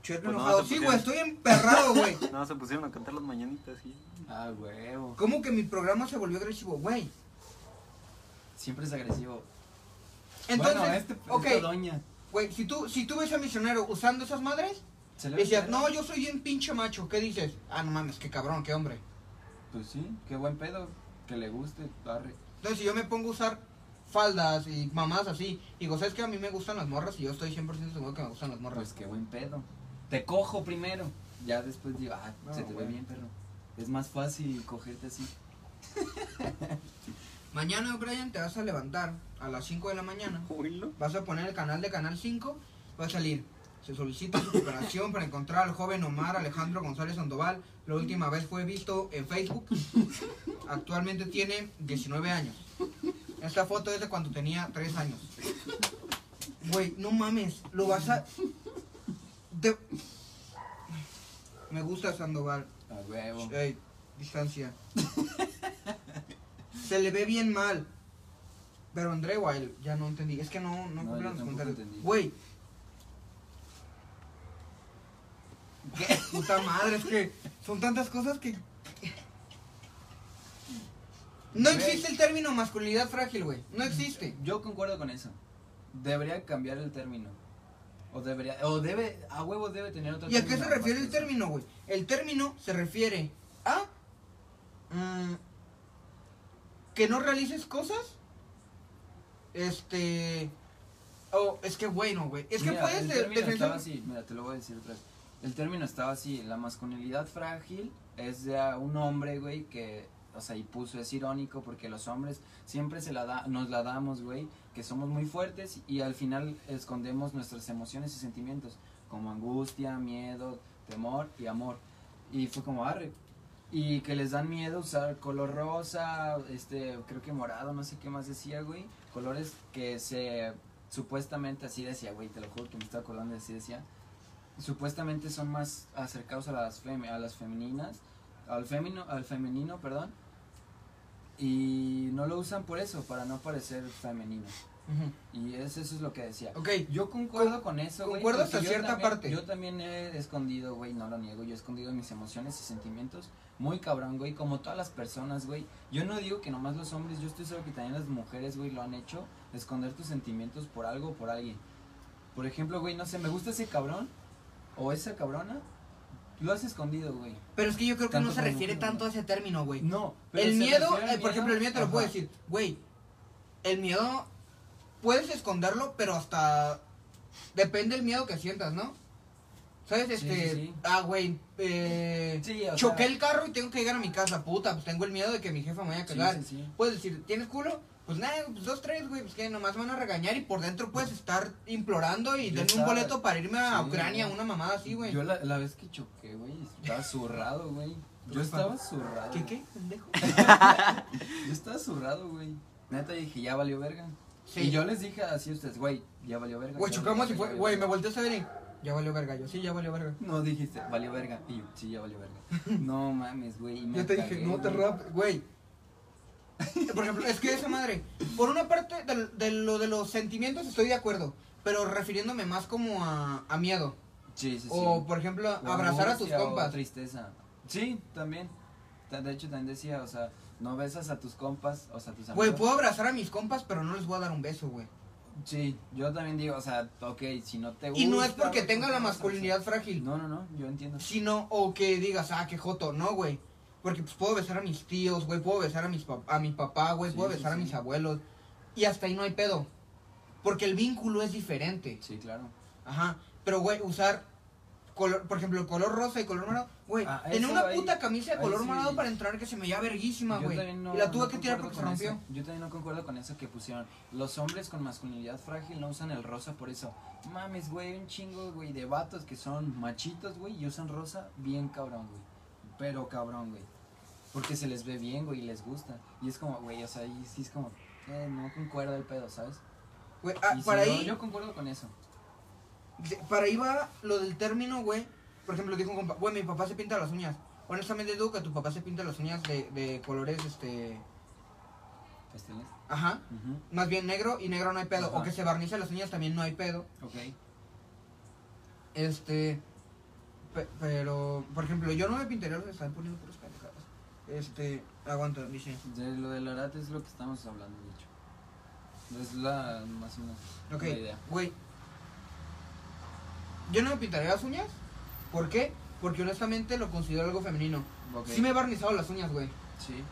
Cherno
Pues no,
enojado.
se
sí, güey,
pusieron.
estoy emperrado, güey.
No, se pusieron a cantar las mañanitas, sí.
Ah, huevo.
¿Cómo que mi programa se volvió agresivo, güey?
Siempre es agresivo.
Entonces,
bueno, este,
ok,
esta doña.
güey, si tú, si tú ves a misionero usando esas madres,
¿se
y
le
decías,
ve?
no, yo soy un pinche macho, ¿qué dices? Ah, no mames, qué cabrón, qué hombre.
Pues sí, qué buen pedo. Que le guste, barre.
Entonces, si yo me pongo a usar faldas y mamás así, digo, ¿sabes qué? A mí me gustan las morras y yo estoy 100% seguro que me gustan las morras.
Pues qué buen pedo. Te cojo primero. Ya después digo, ah,
No,
se te
güey.
ve bien, perro. Es más fácil cogerte así.
Mañana, Brian, te vas a levantar a las 5 de la mañana,
Oílo.
vas a poner el canal de Canal 5, va a salir. Se solicita su cooperación para encontrar al joven Omar Alejandro González Sandoval. La última vez fue visto en Facebook. Actualmente tiene 19 años. Esta foto es de cuando tenía 3 años. Güey, no mames, lo vas a... Te- Me gusta Sandoval.
A Ah, huevo.
Ey, distancia. Se le ve bien mal. Pero André Wild, ya no entendí. Es que no, no,
No,
cumplen
yo
los
tampoco
comentarios.
entendí.
Güey,
¿Qué?
puta madre, es que son tantas cosas que. No
Güey.
existe el término masculinidad frágil, güey. No existe.
Yo concuerdo con eso. Debería cambiar el término. O debería, o debe, a huevo debe tener otro
¿Y a qué se
término
refiere el
aparte de eso.
término, güey? El término se refiere a mm, que no realices cosas. Este. Oh, es que bueno, güey. Es que
Mira,
puedes
el
de-
término
defender-
estaba así, mira, te lo voy a decir otra vez. El término estaba así, la masculinidad frágil es de a un hombre, güey, que, o sea, y puso, es irónico porque los hombres siempre se la da, nos la damos, güey, que somos muy fuertes y al final escondemos nuestras emociones y sentimientos, como angustia, miedo, temor y amor. Y fue como arre. Y que les dan miedo usar color rosa, este, creo que morado, no sé qué más decía, güey. Colores que se supuestamente así decía, güey, te lo juro que me estoy acordando de así decía. Supuestamente son más acercados a las fem- a las femeninas, al femenino, al femenino, perdón. Y no lo usan por eso, para no parecer femenino.
Ujú.
Y es, eso es lo que decía.
Ok.
Yo concuerdo con eso, güey.
concuerdo
porque
hasta
yo
cierta
también-
parte.
Yo también he escondido, güey, no lo niego, yo he escondido mis emociones y sentimientos. Muy cabrón, güey, como todas las personas, güey. Yo no digo que nomás los hombres, yo estoy seguro que también las mujeres, güey, lo han hecho. Esconder tus sentimientos por algo o por alguien. Por ejemplo, güey, no sé, me gusta ese cabrón o esa cabrona. Lo has escondido, güey.
Pero es que yo creo que
Tanto
no se
como
refiere
mujer,
tanto a ese término, güey.
No, pero
El
se
miedo,
refiere al
eh, por ejemplo, el miedo te lo puedo
Ajá.
decir, güey, el miedo puedes esconderlo, pero hasta depende del miedo que sientas, ¿no? ¿Sabes?
Sí,
Este,
sí, sí.
ah, güey, eh,
Sí, o
choqué
sea-
el carro y tengo que llegar a mi casa, puta, pues tengo el miedo de que mi jefa me vaya a
Sí,
cagar.
sí, sí.
Puedes decir, ¿tienes culo? Pues nada, pues dos, tres, güey, pues que nomás me van a regañar y por dentro puedes estar implorando y
Yo
denme un
estaba-
boleto para irme a
Sí,
Ucrania,
güey.
una mamada así, güey.
Yo la, la vez que choqué, güey, estaba zurrado, güey. Yo
Tus
estaba zurrado.
¿Qué,
güey.
qué, pendejo?
Yo estaba zurrado, güey. Neta dije, ya valió verga.
Sí.
Y yo les dije así a ustedes, güey, ya valió verga.
Güey,
ya
chocamos y
valió
fue,
verga,
güey,
ya
me
valió
volteó a ver y ya valió verga, yo sí, ya valió verga.
verga". No dijiste, valió verga. Y yo, sí, ya valió verga. No mames, güey. y me
Yo te dije,
cagué,
no te
güey.
rap, güey. Por ejemplo, es que esa madre, por una parte de, de lo de los sentimientos estoy de acuerdo, pero refiriéndome más como a, a miedo.
Sí, sí, sí.
O, por ejemplo,
O
abrazar a tus
angustia o
compas.
tristeza. Sí, también. Ta- De hecho, también decía, o sea, no besas a tus compas, o sea, a tus amigos.
Güey, puedo abrazar a mis compas, pero no les voy a dar un beso, güey.
Sí, yo también digo, o sea, ok, si no te gusta.
Y no es porque
güey,
tenga
¿por qué
la
no vas a
masculinidad frágil,
No, no, no, yo entiendo.
sino o que digas, ah, qué joto, no, güey. Porque pues puedo besar a mis tíos, güey, puedo besar a mis pap- a mi papá, güey,
Sí,
puedo
sí,
besar a
sí.
mis abuelos. Y hasta ahí no hay pedo. Porque el vínculo es diferente.
Sí, claro.
Ajá. Pero, güey, usar color, por ejemplo, el color rosa y color morado. Güey,
Ah,
tenía
eso
una
ahí-
puta camisa de
ahí
color
sí.
morado para entrar que se me veía verguísima,
Yo
güey.
también no-
y la tuve
no
que tirar porque
concuerdo
se
con
rompió.
eso. Yo también no concuerdo con eso que pusieron. Los hombres con masculinidad frágil no usan el rosa por eso. Mames, güey, un chingo, güey, de vatos que son machitos, güey, y usan rosa bien cabrón, güey. Pero cabrón, güey. Porque se les ve bien, güey, y les gusta. Y es como, güey, o sea, y sí es como, eh, no concuerda el pedo, ¿sabes?
Güey, ah,
Y si
para
no,
ahí,
Yo concuerdo con eso.
de- para ahí va lo del término, güey. Por ejemplo, dijo un compa, güey, mi papá se pinta las uñas. Honestamente, digo que tu papá se pinta las uñas de, de colores, este.
Pasteles.
Ajá.
Ujú,
Más bien negro y negro no hay pedo.
Ajá.
O que se barnice las uñas también no hay pedo.
Ok.
Este. pe- pero, por ejemplo, yo no me pintaría los que están poniendo puros pendejadas. Este. Aguanta, dice.
De lo del Arate es lo que estamos hablando, de hecho. Es la más o menos
Ok,
la idea.
güey. Yo no me pintaría las uñas. ¿Por qué? Porque honestamente lo considero algo femenino.
Ok.
Sí me he barnizado las uñas, güey.
Sí.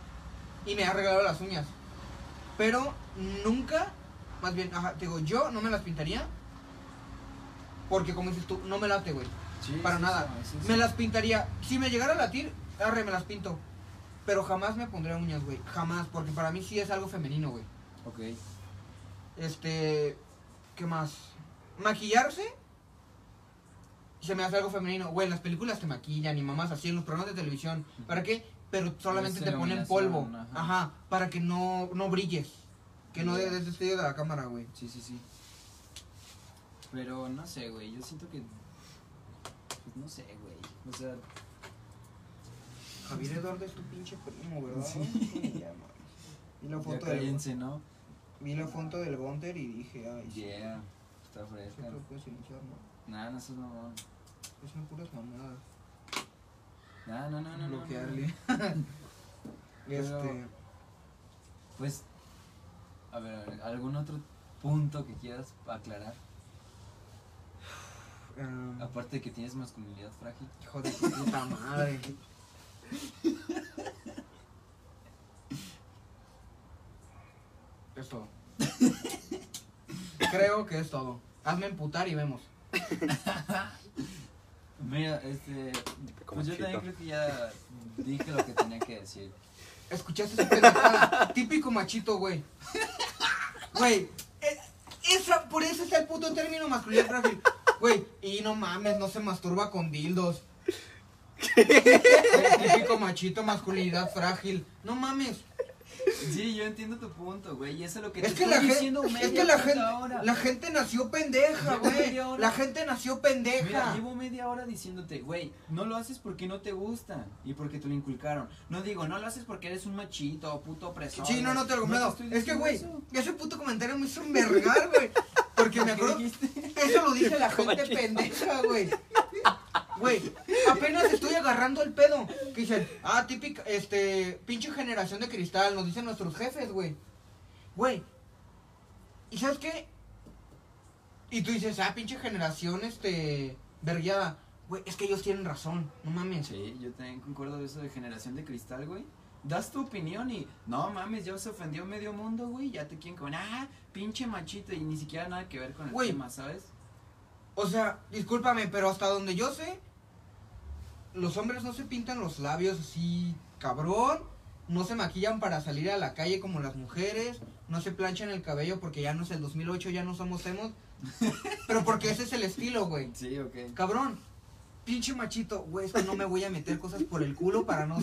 Y me he arreglado las uñas. Pero nunca, más bien, ajá, te digo, yo no me las pintaría. Porque como dices tú, no me late, güey.
Sí,
Para
sí,
nada.
sí, sí.
Me las pintaría. Si me llegara a latir, arre, me las pinto. Pero jamás me pondría uñas, güey. Jamás. Porque para mí sí es algo femenino, güey.
Ok.
Este. ¿Qué más? Maquillarse. Se me hace algo femenino. Güey, en las películas te maquillan y mamás así en los programas de televisión. ¿Para qué? Pero solamente
Esa
te ponen polvo.
iluminación,
Ajá.
ajá.
Para que no, no brilles. Que no
Ya.
des destello de la cámara, güey.
Sí, sí, sí. Pero no sé, güey. Yo siento que. Pues no sé, güey. O sea,
Javier Eduardo es tu pinche primo, ¿verdad? Ya, mames. Vi la
ya
foto del,
cállense, ¿no?
vi la foto del Gunter y dije, ay, sí.
Yeah. Está fresca.
Siempre lo puedes iniciar, ¿no?
Nah, no seas mamón.
Es una puras mamadas.
Nah, no, no, no. no, no.
Bloquearle.
Pero-
este.
Pues, a ver, a ver, ¿algún otro punto que quieras aclarar?
Em,
Aparte de que tienes masculinidad frágil.
hijo de tu puta madre. Es todo. Creo que es todo. Hazme emputar y vemos.
Mira, este.
como
Pues yo también
chito.
creo que ya dije lo que tenía que decir.
¿Escuchaste esa pendejada? Típico machito, güey. Güey, eh, esa, por eso está el puto término masculinidad frágil. Güey, y no mames, no se masturba con dildos. Güey, Típico machito, masculinidad frágil. No mames.
Sí, yo entiendo tu punto, güey. Y eso es lo que
Es
te
que,
estoy
la gente,
diciendo media
es que la
puta
gente,
hora.
la gente nació pendeja,
Llevo
güey.
media hora.
La gente nació
Mira,
pendeja.
llevo media hora diciéndote, güey, no lo haces porque no te gustan y porque te lo inculcaron. No digo, no lo haces porque eres un machito o puto opresor.
Sí, no, no te lo comento.
estoy
Es que,
diciendo
güey,
eso.
ese puto comentario me hizo envergar, güey. Porque me
¿Qué
acuerdo
dijiste?
Eso lo dice la gente pendeja, güey. Güey, apenas estoy agarrando el pedo. Que dicen, ah, típica, este, pinche generación de cristal, nos dicen nuestros jefes, güey. Güey, ¿y sabes qué? Y tú dices, ah, pinche generación, este, vergueada. Güey, es que ellos tienen razón, no mames.
Sí, yo también concuerdo de eso de generación de cristal, güey. Das tu opinión y no mames, ya se ofendió medio mundo, güey. Ya te quieren con, ah, pinche machito. Y ni siquiera nada que ver con el
Güey.
tema, ¿sabes?
O sea, discúlpame, pero hasta donde yo sé, los hombres no se pintan los labios así, cabrón. No se maquillan para salir a la calle como las mujeres. No se planchan el cabello porque ya no es el 2008, ya no somos emos. Pero porque ese es el estilo, güey.
Sí, ok.
Cabrón, pinche machito, güey, es que no me voy a meter cosas por el culo para no.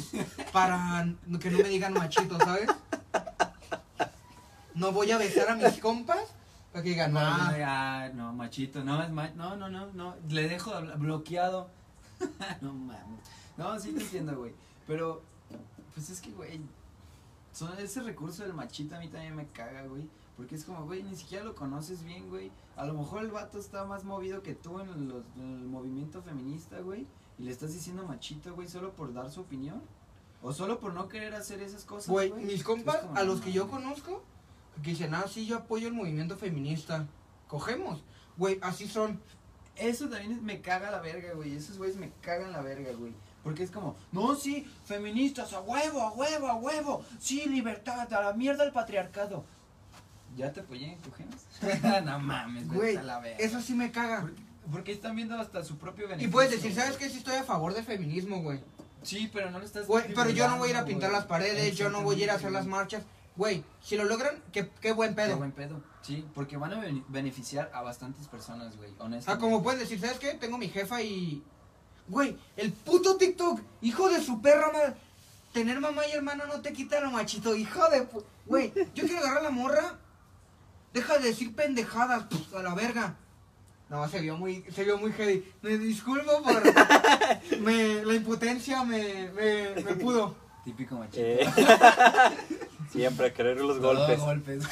para que no me digan machito, ¿sabes? No voy a besar a mis compas para que digan,
No,
"Ah,
ah, no, machito, no, es ma- no, no, no, no, le dejo de hablar- bloqueado. no mames. No, sí te entiendo, güey. Pero, pues es que, güey, son- ese recurso del machito a mí también me caga, güey. Porque es como, güey, ni siquiera lo conoces bien, güey. A lo mejor el vato está más movido que tú en, los- en el movimiento feminista, güey. Y le estás diciendo machito, güey, solo por dar su opinión. O solo por no querer hacer esas cosas,
Güey,
güey.
mis
Es
compas,
como,
a
no
los que yo
mames.
conozco, que dicen, ah, sí, yo apoyo el movimiento feminista. Cogemos. Güey, así son.
Eso también es- me caga la verga, güey. Esos güeyes me cagan la verga, güey. Porque es como, no, sí, feministas, a huevo, a huevo, a huevo. Sí, libertad, a la mierda el patriarcado. Ya te apoyé, cogemos. no mames, güey.
Güey,
vete a la verga.
eso sí me caga.
Por- Porque están viendo hasta su propio
Y
beneficio.
puedes decir,
güey.
¿sabes qué? Sí estoy a favor del feminismo, güey.
Sí, pero no lo estás
Güey, pero yo no voy a ir a
divulgando,
pintar
güey.
las paredes, yo no voy a ir a hacer las marchas. Güey, si lo logran, qué, qué buen
Qué
pedo.
buen pedo. Sí, porque van a ben- beneficiar a bastantes personas, güey, honestamente.
Ah, como puedes decir, ¿sabes qué? Tengo mi jefa y... Güey, el puto TikTok, hijo de su perra madre. Tener mamá y hermana no te quita lo machito, hijo de... pu- Güey, yo quiero agarrar a la morra. Deja de decir pendejadas, pf, a la verga. No, se vio muy, se vio muy heavy. Me disculpo por... me- la impotencia me, me, me pudo.
Típico machito.
Eh. Siempre a querer los
Todo
golpes.
golpes.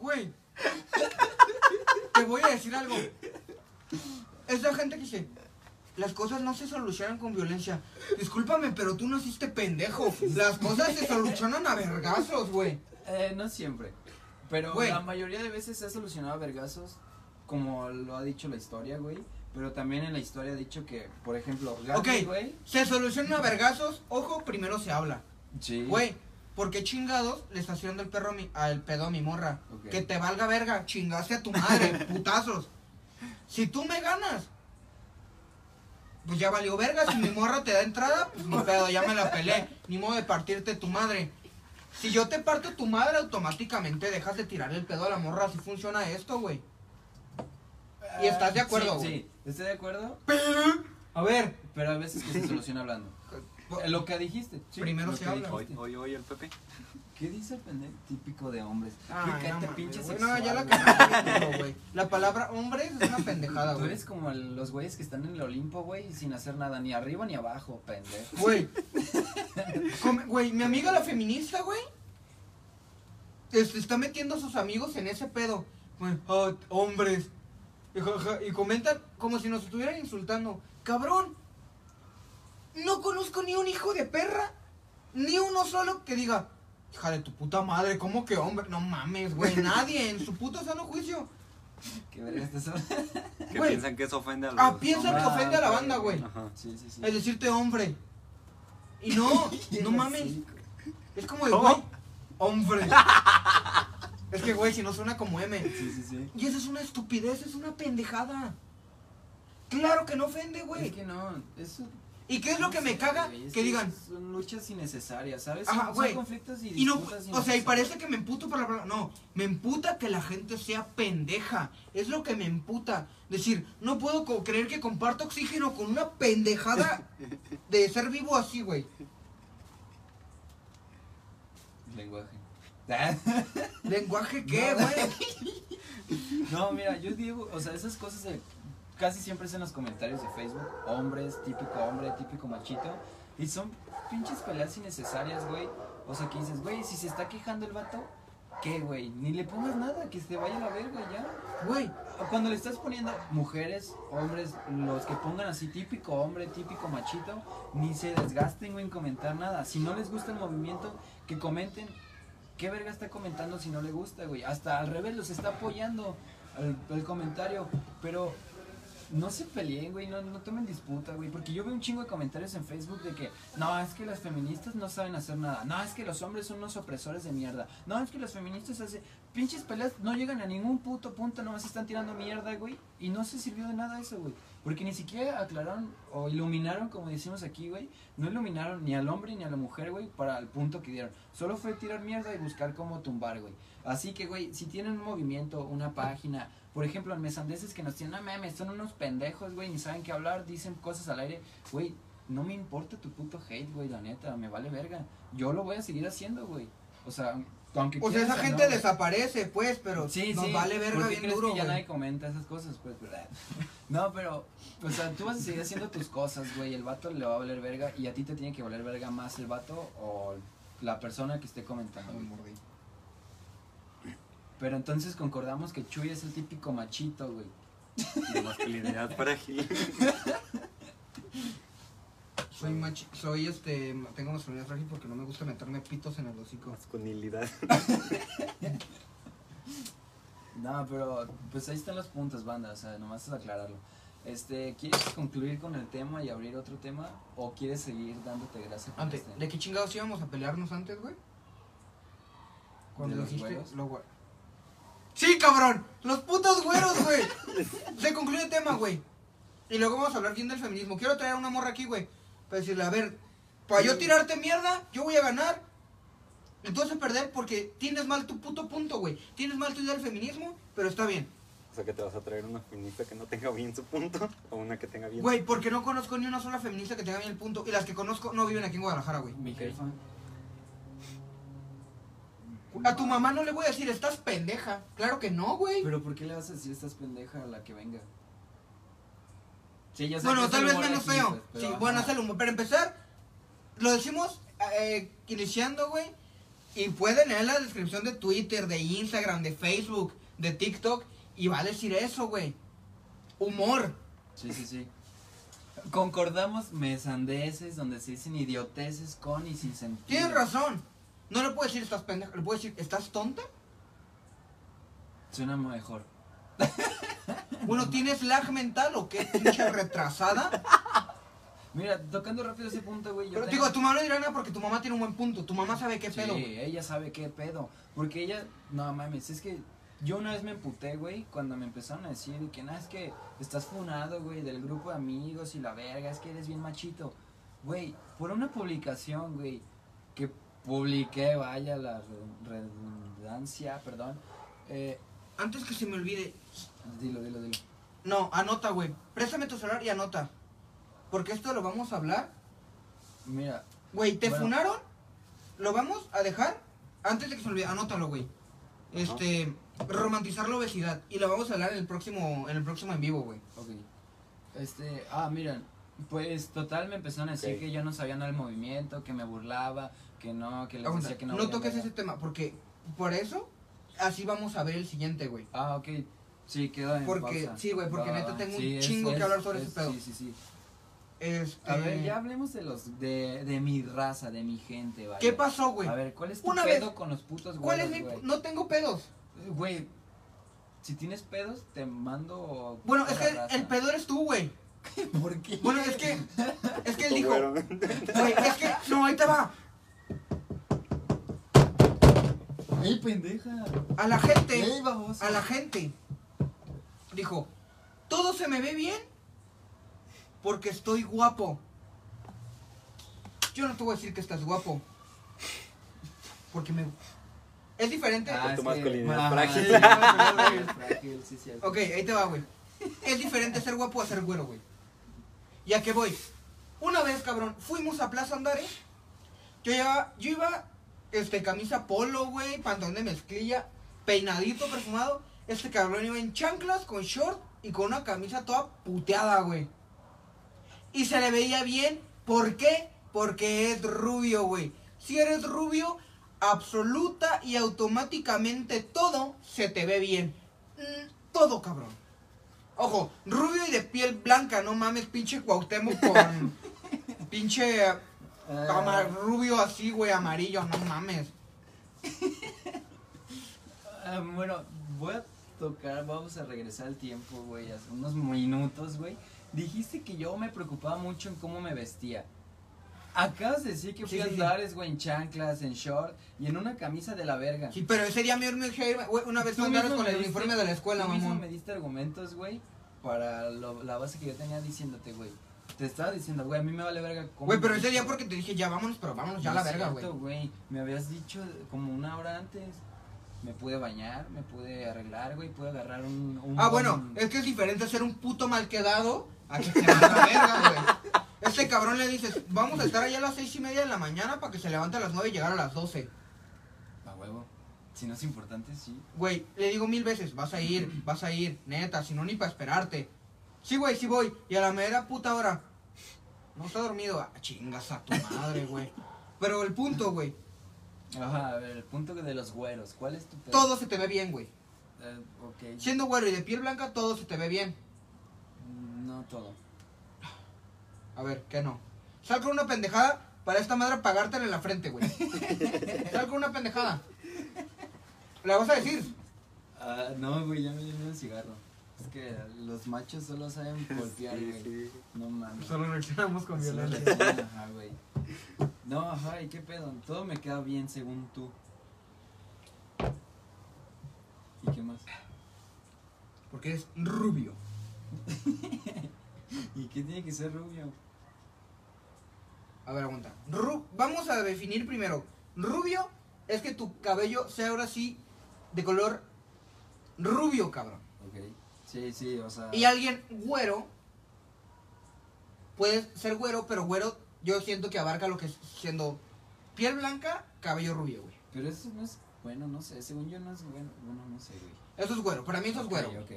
Güey, te voy a decir algo. Es la gente que dice, las cosas no se solucionan con violencia. Discúlpame, pero tú naciste pendejo. Las cosas se solucionan a vergazos, güey.
Eh, no siempre. Pero
Güey.
la mayoría de veces se ha solucionado a vergazos, como lo ha dicho la historia, güey. Pero también en la historia ha dicho que, por ejemplo, Gandhi,
Ok.
güey.
Se solucionan a vergazos, ojo, primero se habla.
Sí.
Güey, ¿por qué chingados le estás tirando el perro a mi- al pedo a mi morra?
Ok.
Que te valga verga, chingaste a tu madre, putazos. Si tú me ganas, pues ya valió verga. Si mi morra te da entrada, pues mi pedo, ya me la pelé. Ni modo de partirte tu madre. Si yo te parto tu madre, automáticamente dejas de tirar el pedo a la morra. Así funciona esto, güey. ¿Y estás de acuerdo,
Sí,
güey?
sí, estoy de acuerdo.
A ver,
Pero a veces que se soluciona hablando. Eh, Lo que dijiste. sí,
Primero
lo
se
que
habla.
Hoy,
dijiste.
hoy, hoy el Pepe.
¿Qué dice el pendejo? Típico de hombres.
Ay,
Güey, cállate,
mames,
pinche
güey.
sexual,
Ah, No, ya la
güey.
cagaste, güey. La palabra hombre es una pendejada,
Tú
güey.
eres como el- los güeyes que están en el Olimpo, güey, sin hacer nada, ni arriba ni abajo, pendejo.
Güey. Come- Güey, mi amiga la feminista, güey. Este, está metiendo a sus amigos en ese pedo. Güey, ah, hombres. Y, ja, ja, y comentan como si nos estuvieran insultando. Cabrón. No conozco ni un hijo de perra. ni uno solo que diga, hija de tu puta madre, ¿cómo que hombre? No mames, güey, nadie en su puto sano juicio.
Que verga estás hablando.
Que
Güey.
piensan que eso ofende a los...
Ah, piensan que ofende a la banda, güey.
Ajá.
Sí, sí, sí.
El decirte hombre. Y no, no mames. Es como de,
¿Cómo?
güey, hombre. Es que, güey, si no suena como M.
Sí, sí, sí.
Y eso es una estupidez, es una pendejada. Claro que no ofende, güey.
Es que no, eso.
¿Y qué es lo que me caga?
Güey, es
Que digan,
Son luchas innecesarias, ¿sabes?
Ajá,
Son- son
güey.
conflictos y
Y no,
disputas
o sea, y
innecesarias.
parece que me emputo por la palabra. No, me emputa que la gente sea pendeja. Es lo que me emputa. Decir, no puedo co- creer que comparto oxígeno con una pendejada de ser vivo así, güey.
Lenguaje. Ah.
¿Lenguaje qué,
No.
güey?
No, mira, yo digo, o sea, esas cosas de- casi siempre es en los comentarios de Facebook, hombres, típico hombre, típico machito, y son pinches peleas innecesarias, güey. O sea, que dices, güey, si se está quejando el vato, ¿qué, güey? Ni le pongas nada, que se vaya a la verga ya.
Güey,
Cuando le estás poniendo mujeres, hombres, los que pongan así típico hombre, típico machito, ni se desgasten, güey, en comentar nada. Si no les gusta el movimiento, que comenten qué verga está comentando si no le gusta, güey. Hasta al revés, los está apoyando al- el comentario. Pero no se peleen, güey, no, no tomen disputa, güey. Porque yo veo un chingo de comentarios en Facebook de que, no, es que las feministas no saben hacer nada. No, es que los hombres son unos opresores de mierda. No, es que los feministas hacen... Pinches peleas no llegan a ningún puto punto, nomás están tirando mierda, güey. Y no se sirvió de nada eso, güey. Porque ni siquiera aclararon o iluminaron, como decimos aquí, güey. No iluminaron ni al hombre ni a la mujer, güey, para el punto que dieron. Solo fue tirar mierda y buscar cómo tumbar, güey. Así que, güey, si tienen un movimiento, una página, por ejemplo, en mesandeses que nos tienen, no mames, son unos pendejos, güey, ni saben qué hablar, dicen cosas al aire, güey, no me importa tu puto hate, güey, la neta, me vale verga. Yo lo voy a seguir haciendo, güey. O sea, aunque
o sea,
quieras
esa
no,
gente
güey.
desaparece, pues, pero
Sí,
nos
sí.
vale
¿Por
verga
qué
bien
crees
duro,
que ya nadie
güey.
comenta esas cosas, pues, ¿verdad? No, pero, o sea, tú vas a seguir haciendo tus cosas, güey. El vato le va a valer verga y a ti te tiene que valer verga más el vato o la persona que esté comentando. güey. Pero entonces concordamos que Chuy es el típico machito, güey.
De masculinidad frágil.
Soy machi, soy este, tengo masculinidad frágil porque no me gusta meterme pitos en el hocico.
Masculinidad.
No, pero, pues ahí están los puntos, banda. O sea, nomás es aclararlo. Este, ¿quieres concluir con el tema y abrir otro tema? ¿O quieres seguir dándote gracias con
Antes,
este?
¿de qué chingados íbamos a pelearnos antes, güey? Cuando
¿De los
dijiste
güeros?
los güeros. Sí, cabrón, los putos güeros, güey. Se concluye el tema, güey. Y luego vamos a hablar bien del feminismo. Quiero traer a una morra aquí, güey. Para decirle, a ver, para yo tirarte mierda, yo voy a ganar. Entonces perder porque tienes mal tu puto punto, güey. Tienes mal tu idea del feminismo, pero está bien.
O sea, que te vas a traer una feminista que no tenga bien su punto o una que tenga bien.
Güey, porque no conozco ni una sola feminista que tenga bien el punto. Y las que conozco no viven aquí en Guadalajara, güey.
Mi jefa.
A tu mamá no le voy a decir, estás pendeja. Claro que no, güey.
Pero ¿por qué le vas a decir estás pendeja a la que venga? Sí, ya sé que
Bueno,
es
tal
el
vez
humor
menos
aquí,
feo.
pues, pero,
sí,
ajá.
bueno, es el humor. Pero empezar, lo decimos eh, iniciando, güey. Y pueden leer la descripción de Twitter, de Instagram, de Facebook, de TikTok. Y va a decir eso, güey. Humor.
Sí, sí, sí. Concordamos mesandeses donde se dicen idioteces con y sin sentido.
Tienes razón. No le puedo decir estás pendeja. Le puedo decir, ¿estás tonta?
Suena mejor.
Bueno, ¿tienes lag mental o qué? Pinche retrasada.
Mira, tocando rápido ese punto, güey. yo
Pero te
tengo-
digo, a tu mamá no dirá nada porque tu mamá tiene un buen punto. Tu mamá sabe qué
Sí,
pedo. güey.
ella sabe qué pedo. Porque ella, no mames, es que yo una vez me emputé, güey, cuando me empezaron a decir que nada, es que estás funado, güey, del grupo de amigos y la verga, es que eres bien machito. Güey, por una publicación, güey, que publiqué, vaya la re- redundancia, perdón. Eh,
Antes que se me olvide,
dilo, dilo, dilo.
No, anota, güey. Préstame tu celular y anota. Porque esto lo vamos a hablar.
Mira,
Güey, ¿te
Bueno.
funaron? Lo vamos a dejar antes de que se olvide. Anótalo, güey. Este, romantizar la obesidad. Y lo vamos a hablar en el próximo, en el próximo en vivo, güey.
Ok. Este, ah, miren, pues total me empezaron a decir
Ok.
que yo no sabía nada del movimiento, que me burlaba, que no, que les
Aguanta,
decía que no.
no,
valía
toques
verga.
ese tema, porque por eso, así vamos a ver el siguiente, güey.
Ah, ok. Sí, quedó en
Porque-
pausa.
sí, güey, porque neta tengo un
es-
chingo que
es-
hablar sobre
es-
ese pedo.
Sí, sí, sí.
Este,
A ver, ya hablemos de los de, de mi raza, de mi gente, vaya.
¿Qué pasó, güey?
A ver, ¿cuál es tu
Una
pedo
vez.
con los putos
¿Cuál
güeros,
es mi.?
güey? Eh,
No tengo pedos.
Güey, si tienes pedos, te mando.
Bueno,
a
es
la
que
raza.
el pedo eres tú, güey.
¿Por qué?
Bueno, es que. Es que él dijo.
Bueno,
Güey, es que. No, ahí te va.
¡Ey, pendeja!
A la gente.
¡Ey, babosa!
a la gente. Dijo, todo se me ve bien porque estoy guapo. Yo no te voy a decir que estás guapo. Porque me... Es diferente.
Ah,
tu
es que-
masculinidad
Ajá,
frágil.
sí, masculinidad frágil, sí, cierto.
Ok, ahí te va, güey. Es diferente ser guapo a ser güero, güey. ¿Y a qué voy? Una vez, cabrón, fuimos a Plaza Andares. Yo llevaba, yo iba, este, camisa polo, güey, pantalón de mezclilla, peinadito, perfumado. Este cabrón iba en chanclas, con short y con una camisa toda puteada, güey. Y se le veía bien. ¿Por qué? Porque es rubio, güey. Si eres rubio, absoluta y automáticamente todo se te ve bien. Mm, todo, cabrón. Ojo, rubio y de piel blanca, no mames, pinche Cuauhtémoc con pinche eh,
Ah,
ama- rubio así, güey, amarillo, no mames.
ah, bueno, voy a tocar, vamos a regresar al tiempo, güey, hace unos minutos, güey. Dijiste que yo me preocupaba mucho en cómo me vestía. Acabas de decir que fui
Sí,
a
sí, sí.
andares, güey, en chanclas, en short y en una camisa de la verga.
Sí, pero ese día mi uniforme, güey, una vez
Tú
tú andaras
mismo
con
me
el
diste-
uniforme de la escuela,
tú mismo
mamón.
me diste argumentos, güey, para lo- la base que yo tenía diciéndote, güey. Te estaba diciendo, güey, a mí me vale verga cómo.
Güey, pero
me
ese día
visto.
porque te dije, ya vámonos, pero vámonos Pues ya a
No
la
es
verga, güey.
cierto, güey. Me habías dicho como una hora antes. Me pude bañar, me pude arreglar, güey, pude agarrar un. un
Ah,
buen-
bueno, es que es diferente ser un puto mal quedado a que te vas a la verga, güey. Este cabrón le dices, vamos a estar allá a las seis y media de la mañana para que se levante a las nueve y llegar a las doce.
A huevo. Si no es importante, sí.
Güey, le digo mil veces, vas a ir, vas a ir, neta, si no ni para esperarte. Sí, güey, sí voy. Y a la mera puta hora. No está dormido. Ah, chingas a tu madre, güey. Pero el punto, güey.
Ajá, a ver, el punto de los güeros. ¿Cuál es tu pedo?
Todo se te ve bien, güey.
Eh, ok.
Siendo güero y de piel blanca, todo se te ve bien.
No todo.
A ver, ¿qué no? Sal con una pendejada para esta madre pagártela en la frente, güey. Sal con una pendejada. ¿La vas a decir?
Ah, no, güey, ya me dio miedo el cigarro. Es que los machos solo saben golpear,
Sí,
güey.
sí.
No mames.
reaccionamos
Solo reaccionan, ajá, güey. No, ajá, ¿y qué pedo? Todo me queda bien según tú. ¿Y qué más?
Porque es rubio.
¿Y qué tiene que ser rubio?
A ver, aguanta. Ru- Vamos a definir primero. Rubio es que tu cabello sea ahora sí de color rubio, cabrón.
Ok. Sí, sí, o sea.
Y alguien güero puede ser güero, pero güero yo siento que abarca lo que es siendo piel blanca, cabello rubio, güey.
Pero eso no es bueno, no sé. Según yo no es bueno. Bueno, no sé, güey.
Eso es güero. Para mí eso es
Ok,
güero.
Ok.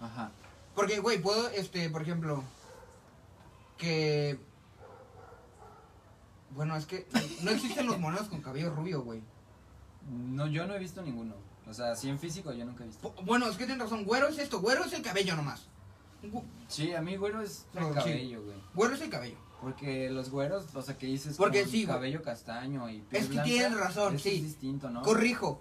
Ajá.
Porque, güey, puedo, este, por ejemplo, que... Bueno, es que no existen los monos con cabello rubio, güey.
No, yo no he visto ninguno. O sea, así en físico yo nunca he
Bu-
visto.
Bueno, es que tienen razón. Güero es esto. Güero es el cabello nomás. Gu-
Sí, a mí güero es
Ah,
el
sí.
cabello, güey.
Güero es el cabello.
Porque los güeros, o sea, que dices
Porque
con
sí, güey.
cabello castaño y piel
Es que
blanca,
tienes razón,
eso
sí.
es distinto, ¿no?
Corrijo.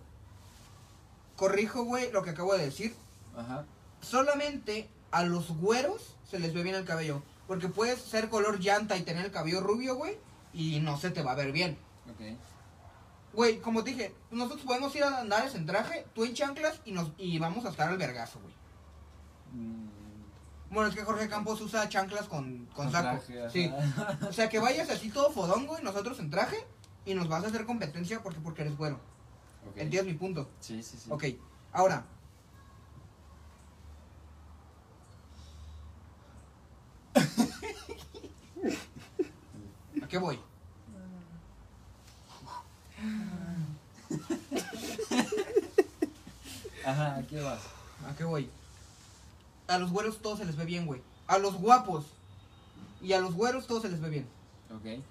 Corrijo, güey, lo que acabo de decir.
Ajá.
Solamente a los güeros se les ve bien el cabello. Porque puedes ser color llanta y tener el cabello rubio, güey. Y no se te va a ver bien.
Ok.
Güey, como te dije, nosotros podemos ir a andares en traje, tú en chanclas y, nos, y vamos a estar al vergazo, güey.
Mm,
Bueno, es que Jorge Campos usa chanclas con, con, saco.
traje,
sí.
ajá.
O sea, que vayas así todo fodongo y nosotros en traje y nos vas a hacer competencia porque, porque eres bueno.
Ok.
¿Entiendes mi punto?
Sí, sí, sí.
Ok, ahora. ¿A qué voy?
Ajá, aquí vas.
¿A qué voy? A los güeros todo se les ve bien, güey. A los guapos y a los güeros todo se les ve bien.
Ok.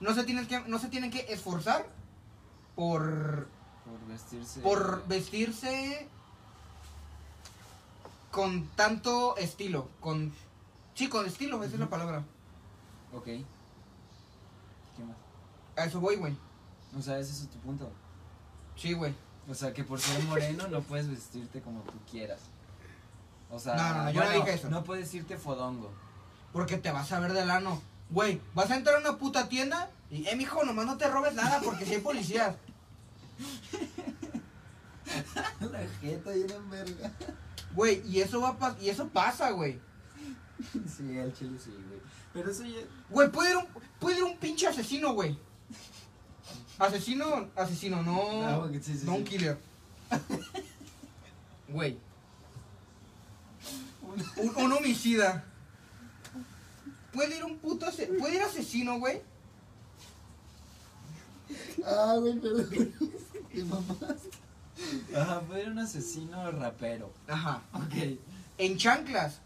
No se tienen que, no se tienen que esforzar por
Por vestirse.
por vestirse con tanto estilo, con chico de estilo, esa es la palabra.
Ok. ¿Qué más?
A eso voy, güey.
O sea, ese es tu punto.
Sí, güey.
O sea, que por ser moreno no puedes vestirte como tú quieras. O sea,
No, no, no, yo no
bueno,
dije eso.
no puedes irte fodongo.
Porque te vas a ver de lano. Güey, vas a entrar a una puta tienda y, eh, mijo, nomás no te robes nada porque si hay policías.
La jeta y una verga.
Güey, y eso va a pas- y eso pasa, güey.
Sí, el chile sí, güey. Pero eso ya.
Güey, puede ir un, puede ir un pinche asesino, güey. Asesino, asesino,
Ah,
no.
güey, sí, sí,
no un
sí.
killer. Güey.
Un-
Un, un homicida. Puede ir un puto ase- puede ir asesino, güey.
Ah, güey, pero. Te mamás.
Ajá, fue un asesino rapero.
Ajá.
Ok.
En chanclas.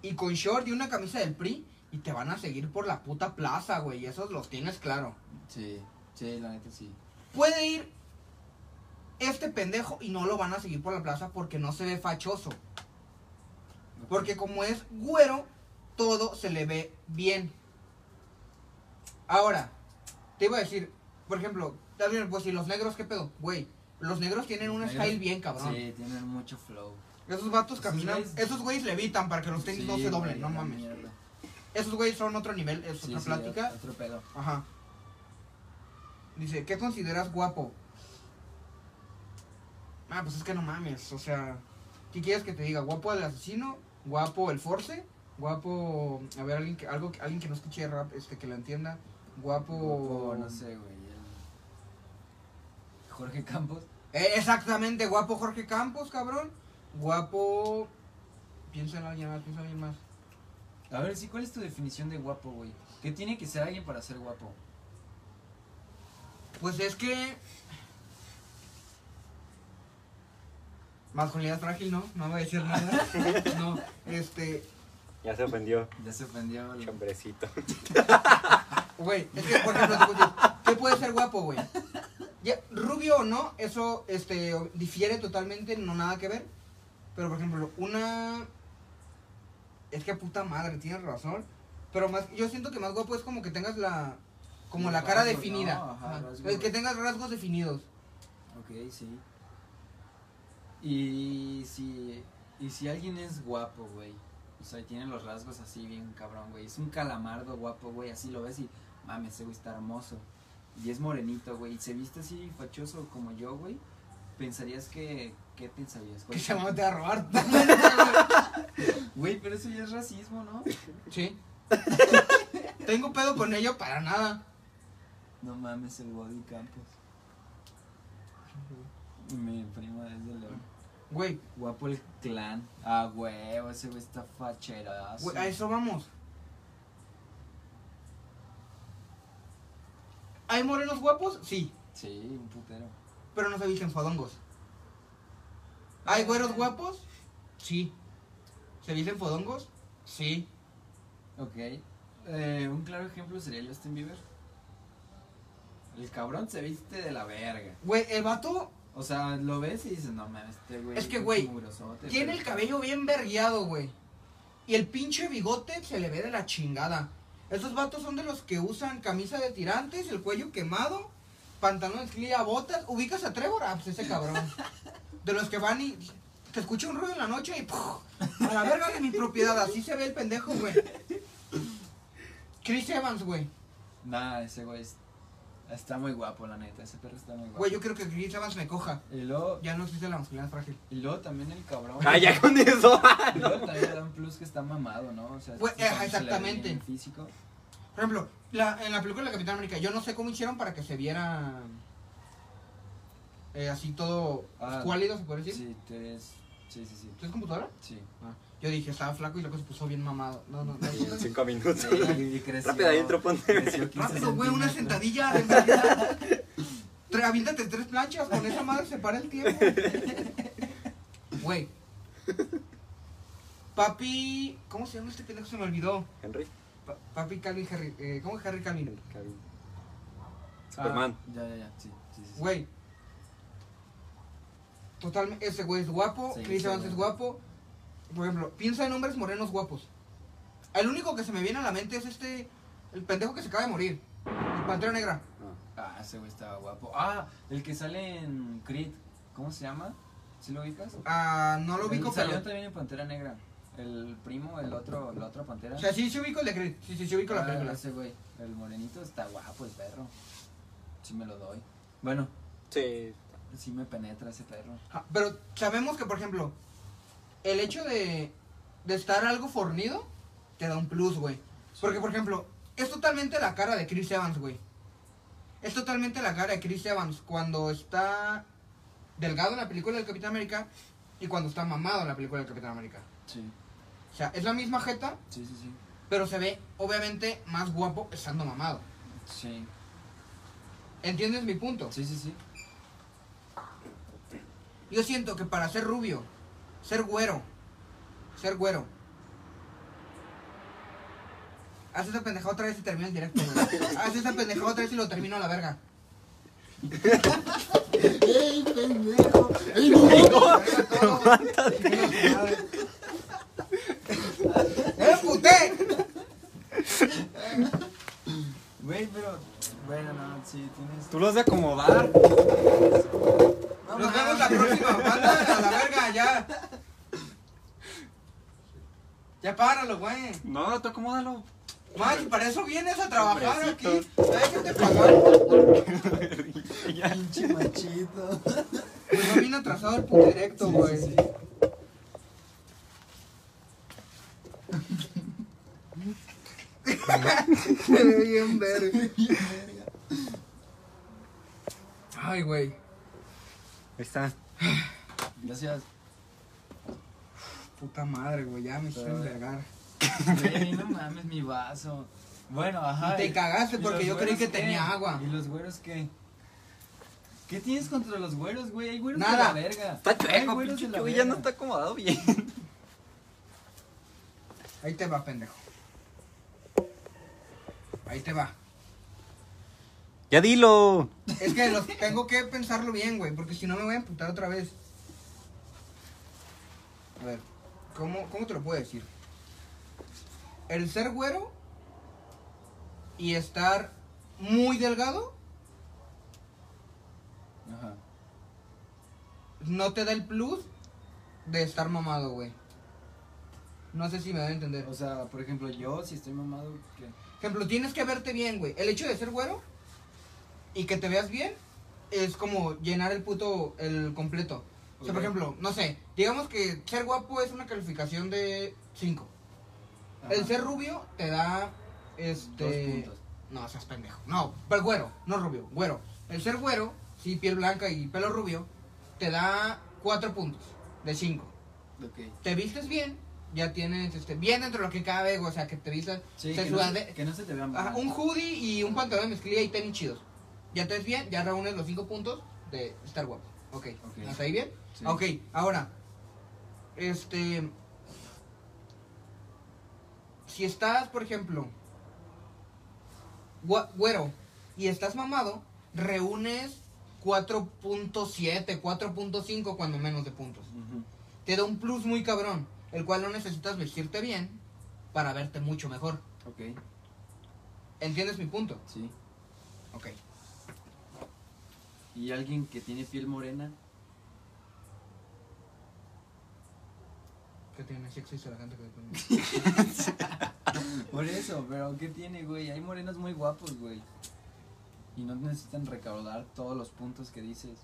Y con short y una camisa del PRI. Y te van a seguir por la puta plaza, güey. Esos los tienes claro.
Sí, sí, la neta sí.
Puede ir este pendejo y no lo van a seguir por la plaza porque no se ve fachoso. Porque como es güero, todo se le ve bien. Ahora, te iba a decir, por ejemplo, también, pues si los negros, ¿qué pedo? Güey, los negros tienen un
Negros-
style bien, cabrón.
Sí, tienen mucho flow.
Esos vatos
Esos
caminan,
güeyes-
esos güeyes levitan para que los tenis
Sí,
no se doblen,
güey,
no
la
mames.
mierda.
Esos güeyes son otro nivel, es
Sí,
otra
sí,
plática.
Otro pedo.
Ajá. Dice, ¿qué consideras guapo? Ah, pues es que no mames, o sea, ¿qué quieres que te diga? ¿Guapo el asesino? ¿Guapo el force? ¿Guapo, a ver, alguien que, algo, que- alguien que no escuche rap, este, que lo entienda? ¿Guapo...?
Guapo, no sé, güey. el- Jorge Campos.
Eh, exactamente, guapo Jorge Campos, cabrón. Guapo... Piensa en alguien más, piensa en alguien más.
A ver, sí, ¿cuál es tu definición de guapo, güey? ¿Qué tiene que ser alguien para ser guapo?
Pues es que... Masculinidad frágil, ¿no? No voy a decir nada. No, este...
Ya se ofendió,
Ya se ofendió. güey.
chambrecito.
Güey, es que, por ejemplo, te voy a decir, ¿qué puede ser guapo, güey? Ya, Rubio o no, eso este, difiere totalmente, no nada que ver. Pero, por ejemplo, una... Es que puta madre, tienes razón. Pero más, yo siento que más guapo es como que tengas la... Como
Un
la cara
rasgo,
definida.
¿no? Ajá,
Ajá.
rasgo.
Que tengas rasgos definidos.
Ok, sí. Y si, y si alguien es guapo, güey. O sea, y tiene los rasgos así bien cabrón, güey. Es un calamardo guapo, güey. Así lo ves y, mames, ese güey está hermoso. Y es morenito, güey. Y se viste así fachoso como yo, güey. Pensarías que... ¿Qué pensarías?
Que
güey?
se van a robar.
Güey, pero eso ya es racismo, ¿no?
Sí. Tengo pedo con ello para nada.
No mames, el Body Campos. Mi prima es de León.
Güey,
Guapo el clan. Ah, huevo, ese güey está facherazo.
güey, a eso vamos. ¿Hay morenos guapos? Sí,
Sí, un putero.
pero no se visten fodongos. ¿Hay güeros guapos? Sí. ¿Se visten fodongos? Sí.
Ok. Eh, un claro ejemplo sería Justin Bieber. El cabrón se viste de la verga.
Güey, el vato
O sea, lo ves y dices, no mames, este güey.
Es que,
un
güey,
mugrosote,
tiene
pero-
el cabello bien vergueado, güey. Y el pinche bigote se le ve de la chingada. Esos vatos son de los que usan camisa de tirantes, el cuello quemado, pantalones cría, botas. ¿Ubicas a Trevor? Ah, pues ese cabrón. De los que van y te escucha un ruido en la noche y ¡puf! a la verga de mi propiedad. Así se ve el pendejo, güey. Chris Evans, güey.
Nah, ese güey es- está muy guapo, la neta. Ese perro está muy guapo.
Güey, yo creo que Chris Evans me coja.
Y luego,
Ya no existe la masculinidad frágil.
y luego también el cabrón.
Ah, ya con eso.
Y luego también le da un plus que está mamado, ¿no? O sea,
Güey,
este cabrón
ajá,
se le ve
exactamente.
bien el físico.
Por ejemplo, la- en la película de Capitán América, yo no sé cómo hicieron para que se viera eh, así todo
Ah,
escuálido, se puede
Sí, Ah.
decir.
te es- sí, sí, sí.
¿Tú es computadora?
Sí.
Yo dije, estaba flaco y luego se puso bien mamado. No, no, no.
Y en cinco minutos.
Y creció-
Rápido, adentro, ponte.
creció 15
Rápido, güey, una
centímetros.
sentadilla. de verdad. Tre- Aviéntate tres planchas, con esa madre se para el tiempo. Güey. Papi. ¿Cómo se llama este pendejo? Se me olvidó.
Henry,
Pa- papi Calvin Harry. eh, ¿Cómo es Harry Calvin?
Cavill. Superman.
Ah, Ya, ya, ya. Sí, sí, sí. sí.
Güey. Totalmente, ese güey es guapo,
Sí,
Chris
sí,
Evans
güey.
es guapo. Por ejemplo, piensa en hombres morenos guapos. El único que se me viene a la mente es este. El pendejo que se acaba de morir. El pantera negra.
Ah, ese güey estaba guapo. Ah, el que sale en Creed. ¿Cómo se llama? ¿Sí lo ubicas?
Ah, no lo
Él
ubico,
Salió
pero.
también en Pantera Negra. El primo, el otro, la otra pantera.
O sea, sí, sí ubico el de Creed. Sí, sí, sí ubico la
Ah,
película.
ese güey, el morenito está guapo, el perro. Sí me lo doy. Bueno,
Sí.
sí me penetra ese perro.
Ah, Pero sabemos que, por ejemplo, el hecho de, de estar algo fornido te da un plus, güey. Porque, por ejemplo, es totalmente la cara de Chris Evans, güey. Es totalmente la cara de Chris Evans cuando está delgado en la película del Capitán América y cuando está mamado en la película del Capitán América.
Sí,
O sea, es la misma jeta,
sí, sí, sí.
pero se ve obviamente más guapo estando mamado.
Sí,
¿Entiendes mi punto?
sí, sí, sí.
Yo siento que para ser rubio, ser güero, ser güero. Haz esa pendejada otra vez y termino el directo, güey. Haz esa pendejada otra vez y lo termino a la verga.
¡Ey, pendejo! ¡Ey, no!
Verga todo. ¡Eh, puté!
Güey, pero. Bueno, no, sí, tienes.
Tú lo has de acomodar.
No,
Nos
mames.
vemos la próxima. Manda a la verga, ya. Ya páralo, güey.
No, tú acomódalo.
Más, para eso vienes a trabajar aquí.
Pobrecito.
¿Sabes qué te pagaron?
Ya.
Pinche machito.
Pues no vino atrasado el puto directo,
Sí,
güey.
sí,
Bien verga. Ay, güey.
Ahí está.
Gracias.
Puta madre, güey. Ya me hiciste
Pero-
envergar.
Güey, no mames mi vaso. Bueno, ajá.
Y te
y-
cagaste
¿y
porque
los
yo creí
güeros
que
qué?
tenía agua.
¿Y los güeros qué? ¿Qué tienes contra los güeros, güey? Hay güeros de
Nada.
la verga.
Está
Hay
chueco,
güeros
pinche
de la
chueco,
verga.
ya no está acomodado bien.
Ahí te va, pendejo. Ahí te va.
Ya dilo.
Es que los tengo que pensarlo bien, güey. Porque si no me voy a emputar otra vez. A ver. ¿Cómo, cómo te lo puedo decir? El ser güero y estar muy delgado
Ajá.
no te da el plus de estar mamado, güey. No sé si me voy a entender.
O sea, por ejemplo, yo si estoy mamado, ¿qué?
ejemplo, tienes que verte bien, güey. El hecho de ser güero y que te veas bien es como llenar el puto, el completo. O sea, por
Ok.
ejemplo, no sé, digamos que ser guapo es una calificación de 5. El
Ajá.
ser rubio te da,
Dos
este...
puntos.
No, seas pendejo. No, pero güero, no rubio, güero. El ser güero, sí, piel blanca y pelo rubio, te da 4 puntos de 5.
Ok.
Te vistes bien, ya tienes, este, bien dentro de lo que cabe, güey, o sea, que te vistas...
Sí,
te
que, no
sudas
se,
de-
que no se te vean
Ajá,
mal.
Ah, un hoodie y un pantalón de mezclilla y tenis chidos. Ya te ves bien, ya reúnes los cinco puntos de estar guapo. Ok,
Ok.
¿hasta ahí bien?
Sí.
Ok, ahora, este... Si estás, por ejemplo, gua- güero y estás mamado, reúnes 4.7, 4.5 cuando menos de puntos.
Ujú.
Te da un plus muy cabrón, el cual no necesitas vestirte bien para verte mucho mejor.
Ok,
¿Entiendes mi punto?
sí.
Ok.
¿Y alguien que tiene piel morena?
¿Qué tiene? Sí existe la gente que tiene.
Por eso, pero ¿qué tiene, güey? Hay morenos muy guapos, güey. Y no necesitan recaudar todos los puntos que dices.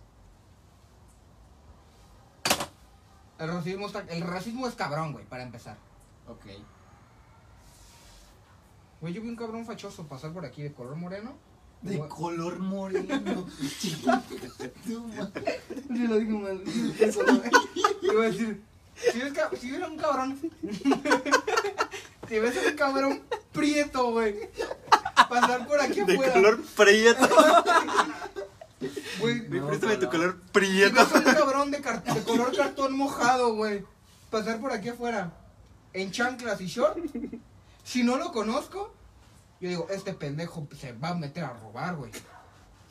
El racismo, está- el racismo es cabrón, güey, para empezar.
Ok.
Güey, yo vi un cabrón fachoso pasar por aquí de color moreno.
De
Güey,
color moreno. Chinga tu madre.
Yo lo digo mal. Yo iba a decir, si ves, ca- si hubiera un cabrón. si ves a un cabrón prieto, güey. Pasar por aquí
De
afuera.
color prieto.
Güey,
No,
Préstame tu
color.
color
si
prieto.
ves a un cabrón de, cart- de color cartón mojado, güey. Pasar por aquí afuera. En chanclas y short. Si no lo conozco, yo digo, este pendejo se va a meter a robar, güey.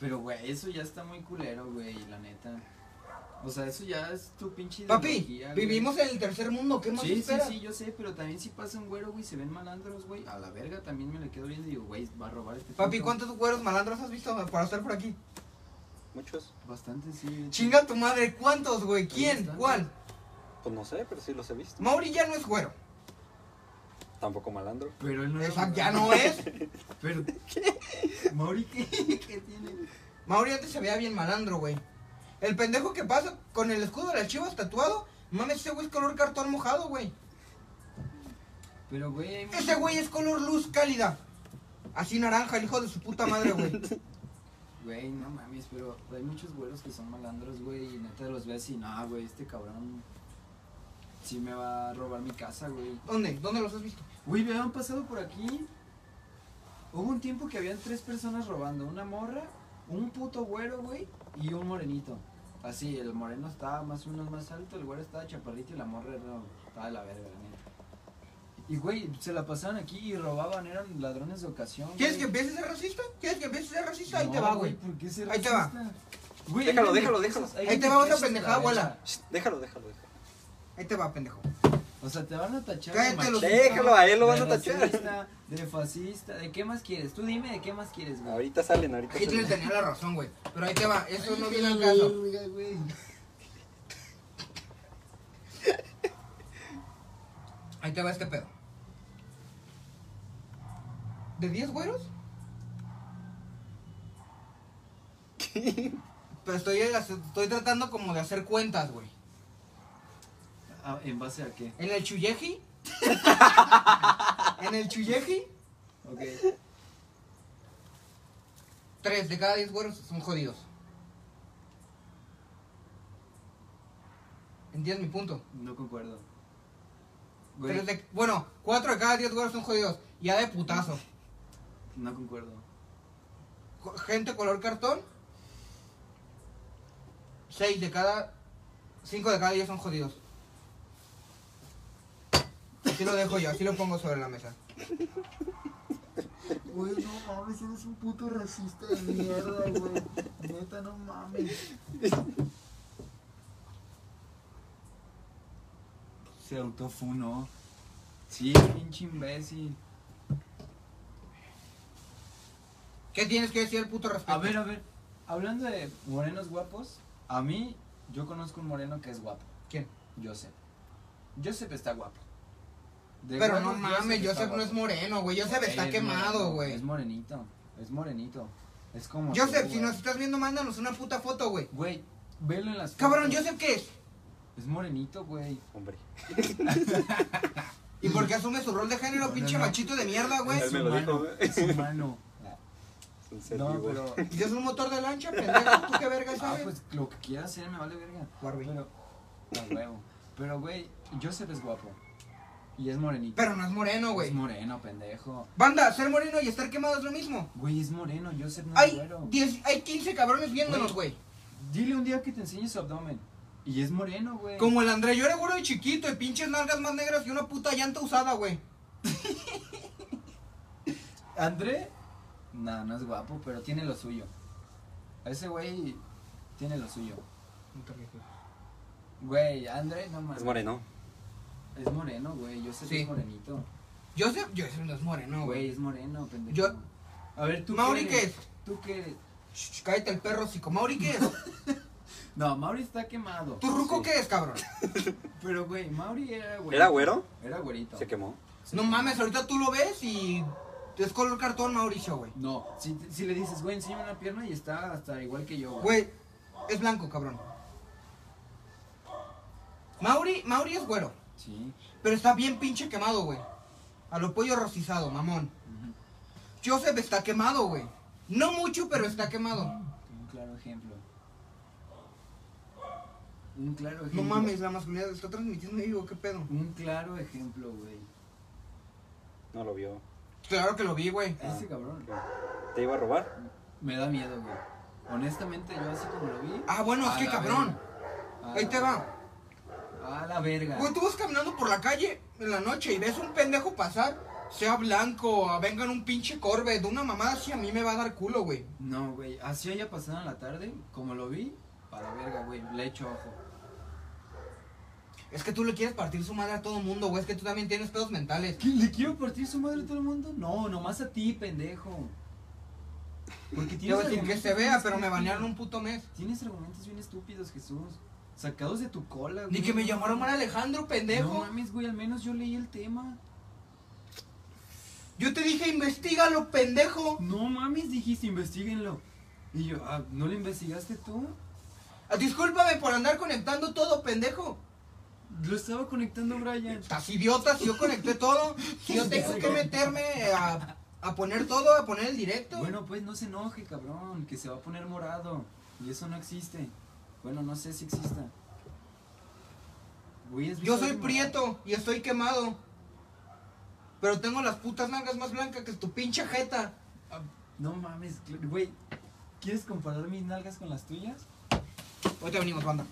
Pero, güey, eso ya está muy culero, güey, la neta. O sea, eso ya es tu pinche
Papi,
ideología, güey.
vivimos en el tercer mundo, ¿qué más
Sí, sí,
esperas?
sí, yo sé, pero también si pasa un güero, güey, se ven malandros, güey, a la verga también me le quedo viendo y digo, güey, va a robar este
Papi,
punto.
¿cuántos güeros malandros has visto para estar por aquí?
Muchos,
Bastante, sí. de hecho.
Chinga tu madre, ¿cuántos, güey? ¿Quién?
están.
¿Cuál?
pues no sé, pero sí los he visto.
Mauri ya no es güero.
Tampoco malandro.
Pero él no era
Esa-
malandro.
ya no es.
Pero, ¿qué? Mauri, ¿qué, qué tiene?
Mauri antes se veía bien malandro, güey. El pendejo que pasa con el escudo de las chivas tatuado. Mames, ese güey es color cartón mojado, güey.
Pero, güey, hay mucho-
Ese güey es color luz cálida. Así naranja, el hijo de su puta madre, güey.
Güey, no mames, pero hay muchos güeros que son malandros, güey, y neta los ves y, no, güey, este cabrón sí me va a robar mi casa, güey.
¿Dónde? ¿Dónde los has visto?
Güey, me han pasado por aquí. Hubo un tiempo que habían tres personas robando. Una morra, un puto güero, güey, y un morenito. Así, el moreno estaba más uno más alto, el güero estaba chaparrito y la morra no, estaba de la verga, la neta. Y, güey, se la pasaban aquí y robaban, eran ladrones de ocasión.
¿Quieres que
güey.
empieces a ser racista? ¿Quieres que empieces a ser racista? Ahí
No,
te va, güey.
¿por qué ser
Ahí te va.
racista? Güey,
Déjalo,
hay
déjalo,
pendejadas,
déjalo.
hay
Ahí te va otra
pendejadas a la
pendejada,
derecha.
abuela.
Shh, déjalo, déjalo, déjalo.
Ahí te va, pendejo.
O sea, te van a tachar
Cállate
de
los-
machista,
Déjalo, a él lo van
de
a tachar.
racista, De fascista, ¿de qué más quieres? Tú dime de qué más quieres, güey.
Ahorita salen, ahorita
Hitler
salen.
tenía la razón, güey. Pero ahí te va, eso no
Ay,
viene al
la
caso.
verga, güey.
Ahí te va este pedo. ¿De 10 güeros? Pero estoy, estoy tratando como de hacer cuentas, güey.
Ah, ¿En base a qué?
En el Chuyeji. en el Chuyeji,
Ok.
3 de cada 10 güeros son jodidos. ¿Entiendes mi punto?
No concuerdo. Güey,
Tres de- bueno, 4 de cada 10 güeros son jodidos. Ya de putazo.
no concuerdo.
Co- gente color cartón. 6 de cada. 5 de cada 10 son jodidos. Así lo dejo yo, así lo pongo sobre la mesa.
Güey, no mames, eres un puto racista de mierda, güey. Neta, no mames.
Se autofunó. Sí, pinche imbécil.
¿Qué tienes que decir, puto respeto?
A ver, a ver. Hablando de morenos guapos, a mí, yo conozco un moreno que es guapo.
¿Quién?
Joseph. Joseph está guapo. De
Pero no
guapo,
mames,
está
Joseph no
guapo.
es moreno, güey. Joseph está
Es
quemado,
moreno,
güey.
Es morenito. Es morenito. Es como. tú,
Joseph, si
güey.
nos estás viendo, mándanos una puta foto, güey.
Güey, velo en las.
Cabrón,
fotos.
¿Joseph qué es?
Es morenito, güey.
Hombre,
¿Y por qué asume su rol de género,
No,
pinche
no, no.
machito de mierda, Ah, güey?
Él me lo
humano,
dijo, güey. Ah,
Es humano.
es un ser
No,
vivo.
pero.
Y Yo soy un motor de lancha, pendejo. ¿Tú qué verga
Ah,
sabes?
pues lo que quiera hacer me vale verga.
Barbie.
Pero. No, huevo. Pero, güey, Joseph es guapo. Y es morenito.
Pero no es moreno, güey.
Es moreno, pendejo.
Banda, ser moreno y estar quemado es lo mismo.
Güey, es moreno, Joseph no es
Hay,
güero.
10, hay 15 cabrones viéndonos, güey.
Dile un día que te enseñe su abdomen. Y es moreno, güey.
Como el André, yo era güero de chiquito y pinches nalgas más negras y una puta llanta usada, güey.
André, no, no es guapo, pero tiene lo suyo. Ese güey tiene lo suyo. Güey, André, no mames.
Es moreno.
Es moreno, güey. Yo sé que
Sí.
es morenito.
Joseph, Joseph no es moreno,
Güey,
güey.
es moreno, pendejo.
Yo-
A ver, tú.
Mauri,
qué
¿qué
eres?
es?
¿Tú qué eres?
Shh, cállate el perro, psico. Mauri, ¿qué es?
No, Mauri está quemado.
¿Tu ruco
Sí.
qué es, cabrón?
Pero, güey, Mauri era güero.
¿Era güero?
Era güerito.
Se quemó.
Se
No
quemó.
mames, ahorita tú lo ves y es color cartón Mauricio, güey.
No, si, si le dices, güey, enséñame una pierna y está hasta igual que yo, güey.
Güey, es blanco, cabrón. Mauri, Mauri es güero,
Sí.
pero está bien pinche quemado, güey. A lo pollo rocizado, mamón. Joseph está quemado, güey. No mucho, pero está quemado.
Un claro ejemplo. Un claro
No
ejemplo.
mames, la masculinidad está transmitiendo digo, ¿qué pedo?
Un claro ejemplo, güey.
No lo vio.
Claro que lo vi, güey.
Ese cabrón
¿Te iba a robar?
me da miedo, güey. Honestamente, yo así como lo vi.
Ah, bueno, es
a
que
la
cabrón.
verga. A
Ahí
la
te va.
verga. A la verga.
Güey, tú vas caminando por la calle en la noche y ves un pendejo pasar, sea blanco, a- venga en un pinche Corvette, una mamada así, a mí me va a dar culo, güey.
No, güey. Así haya pasado en la tarde, como lo vi, A la verga, güey, le echo ojo.
Es que tú le quieres partir su madre a todo mundo, güey. Es que tú también tienes pedos mentales.
¿Qué, ¿Le quiero partir su madre a todo el mundo? No, nomás a ti, pendejo. Porque
Yo
tienes
voy a decir que
argumentos
se
bien
vea, pero me
estúpidos.
banearon un puto mes.
Tienes argumentos bien estúpidos, Jesús. Sacados de tu cola, güey.
Ni que me llamaron mal Alejandro,
No
pendejo.
mames, güey, al menos yo leí el tema.
Yo te dije, investigalo, pendejo.
No mames, dijiste, investiguenlo. Y yo, ah, ¿no lo investigaste tú?
Ah, Discúlpame por andar conectando todo, pendejo.
Lo estaba conectando Brian.
Estás idiota, si yo conecté todo. Si yo tengo que meterme a, a poner todo, a poner el directo.
Bueno, pues no se enoje, cabrón, que se va a poner morado. Y eso no existe. Bueno, no sé si exista. Güey, ¿has visto
Yo soy
algo
prieto y estoy quemado. Pero tengo las putas nalgas más blancas que tu pinche jeta. Ah,
morado? No mames, cl- güey. ¿Quieres comparar mis nalgas con las tuyas?
Ahorita venimos, banda.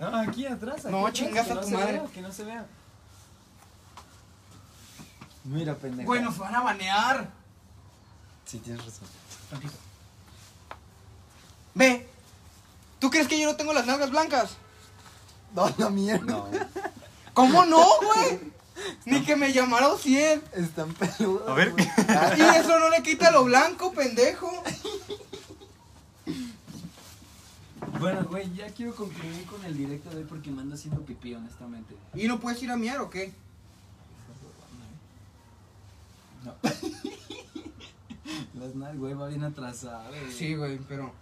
Ah, aquí atrás. aquí
No,
atrás,
chingas
que
a
no
tu
se
madre.
vea, que no se vea. Mira, pendejo.
Güey, nos van a banear.
Sí, tienes razón.
Ve, ¿tú crees que yo no tengo las nalgas blancas?
No, la mierda.
No,
¿Cómo no, güey? Ni que me llamaron 100.
Están peludas.
A ver,
güey.
Y eso no le quita lo blanco, pendejo.
Bueno, güey, ya quiero concluir con el directo de hoy porque me ando haciendo pipí, honestamente.
¿Y no puedes ir a miar o qué?
No. Las nalgas, güey, va bien atrasada, güey.
Sí, güey, pero.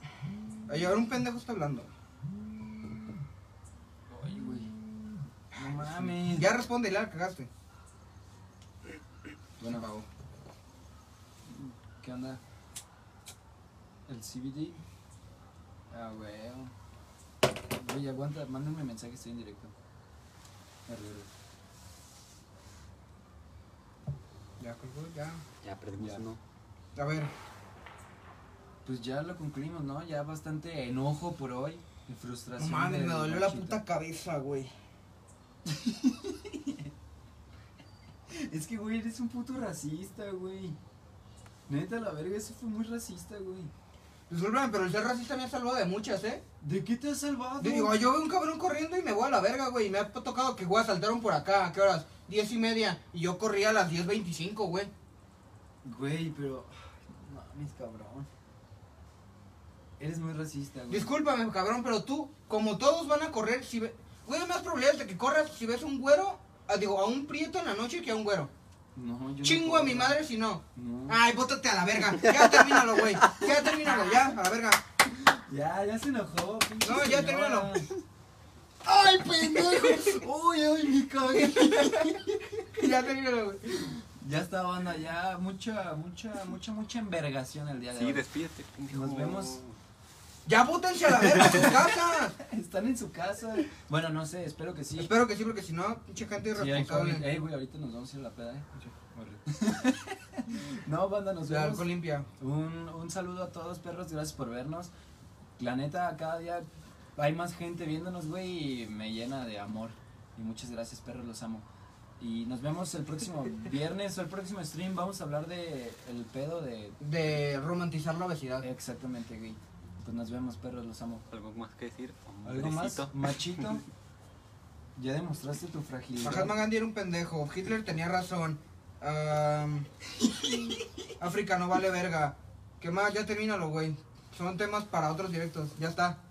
Ay, ahora un pendejo está hablando.
Ay, güey. No mames.
Ya responde, la cagaste.
Bueno, Gabo. ¿Qué onda? ¿El CBD? Ah, güey. Güey, aguanta, mándenme mensaje, estoy en directo. Me regreso.
Ya colgó, ya.
ya perdimos
Ya.
uno.
A ver,
Pues ya lo concluimos, ¿no? Ya bastante enojo por hoy. Y
no
frustración.
mames,
de
me dolió la
Nachito.
puta cabeza, güey.
Es que, güey, eres un puto racista, güey. Neta, la verga, eso fue muy racista, güey.
Disculpame, pero el ser racista me ha salvado de muchas, ¿eh?
¿De qué te has salvado?
Digo, yo veo un cabrón corriendo y me voy a la verga, güey. Y me ha tocado que, güey, saltaron por acá. ¿A qué horas? Diez y media. Y yo corría a las 10.25, güey.
Güey, pero. ay, no Mames, cabrón. Eres muy racista, güey.
Discúlpame, cabrón, pero tú, como todos van a correr, si ve... Güey, hay más probabilidades de que corras si ves un güero, ah, digo, a un prieto en la noche que a un güero.
No, yo no
Chingo
puedo,
a mi
güey.
madre Ah. si no.
No.
Ay, bótate a la verga. Ya termínalo, güey. Ya termínalo, ya, a la verga.
Ya, ya se enojó. pinche
No, ya
señora.
¡Ay, pendejo! ¡Uy, ay, mi cague!
Ya termínalo, güey.
Ya está, banda, ya mucha, mucha, mucha, mucha envergación el día de
Sí,
hoy.
despídete, pendejo.
Nos vemos.
Ya bótense a la verga a sus casas.
Están en su casa. Bueno, no sé, espero que sí.
Espero que sí, porque si no, pinche gente
Sí, hay
irresponsable.
COVID. Ey, güey, ahorita nos vamos a ir a la peda, eh. no, banda, nos
La
vemos.
alcohol limpia.
Un, un saludo a todos, perros. Gracias por vernos. La neta, cada día hay más gente viéndonos, güey, y me llena de amor. Y muchas gracias, perros, los amo. Y nos vemos el próximo viernes o el próximo stream. Vamos a hablar de el pedo de.
De romantizar la obesidad.
Exactamente, güey. Pues nos vemos, perros, los amo.
¿Algo más que decir?
¿Algo más?
Hombrecito.
Machito. Ya demostraste tu fragilidad.
Mahatma Gandhi era un pendejo. Hitler tenía razón. Am, África no vale verga. ¿Qué más? Ya termínalo, güey. Son temas para otros directos. Ya está.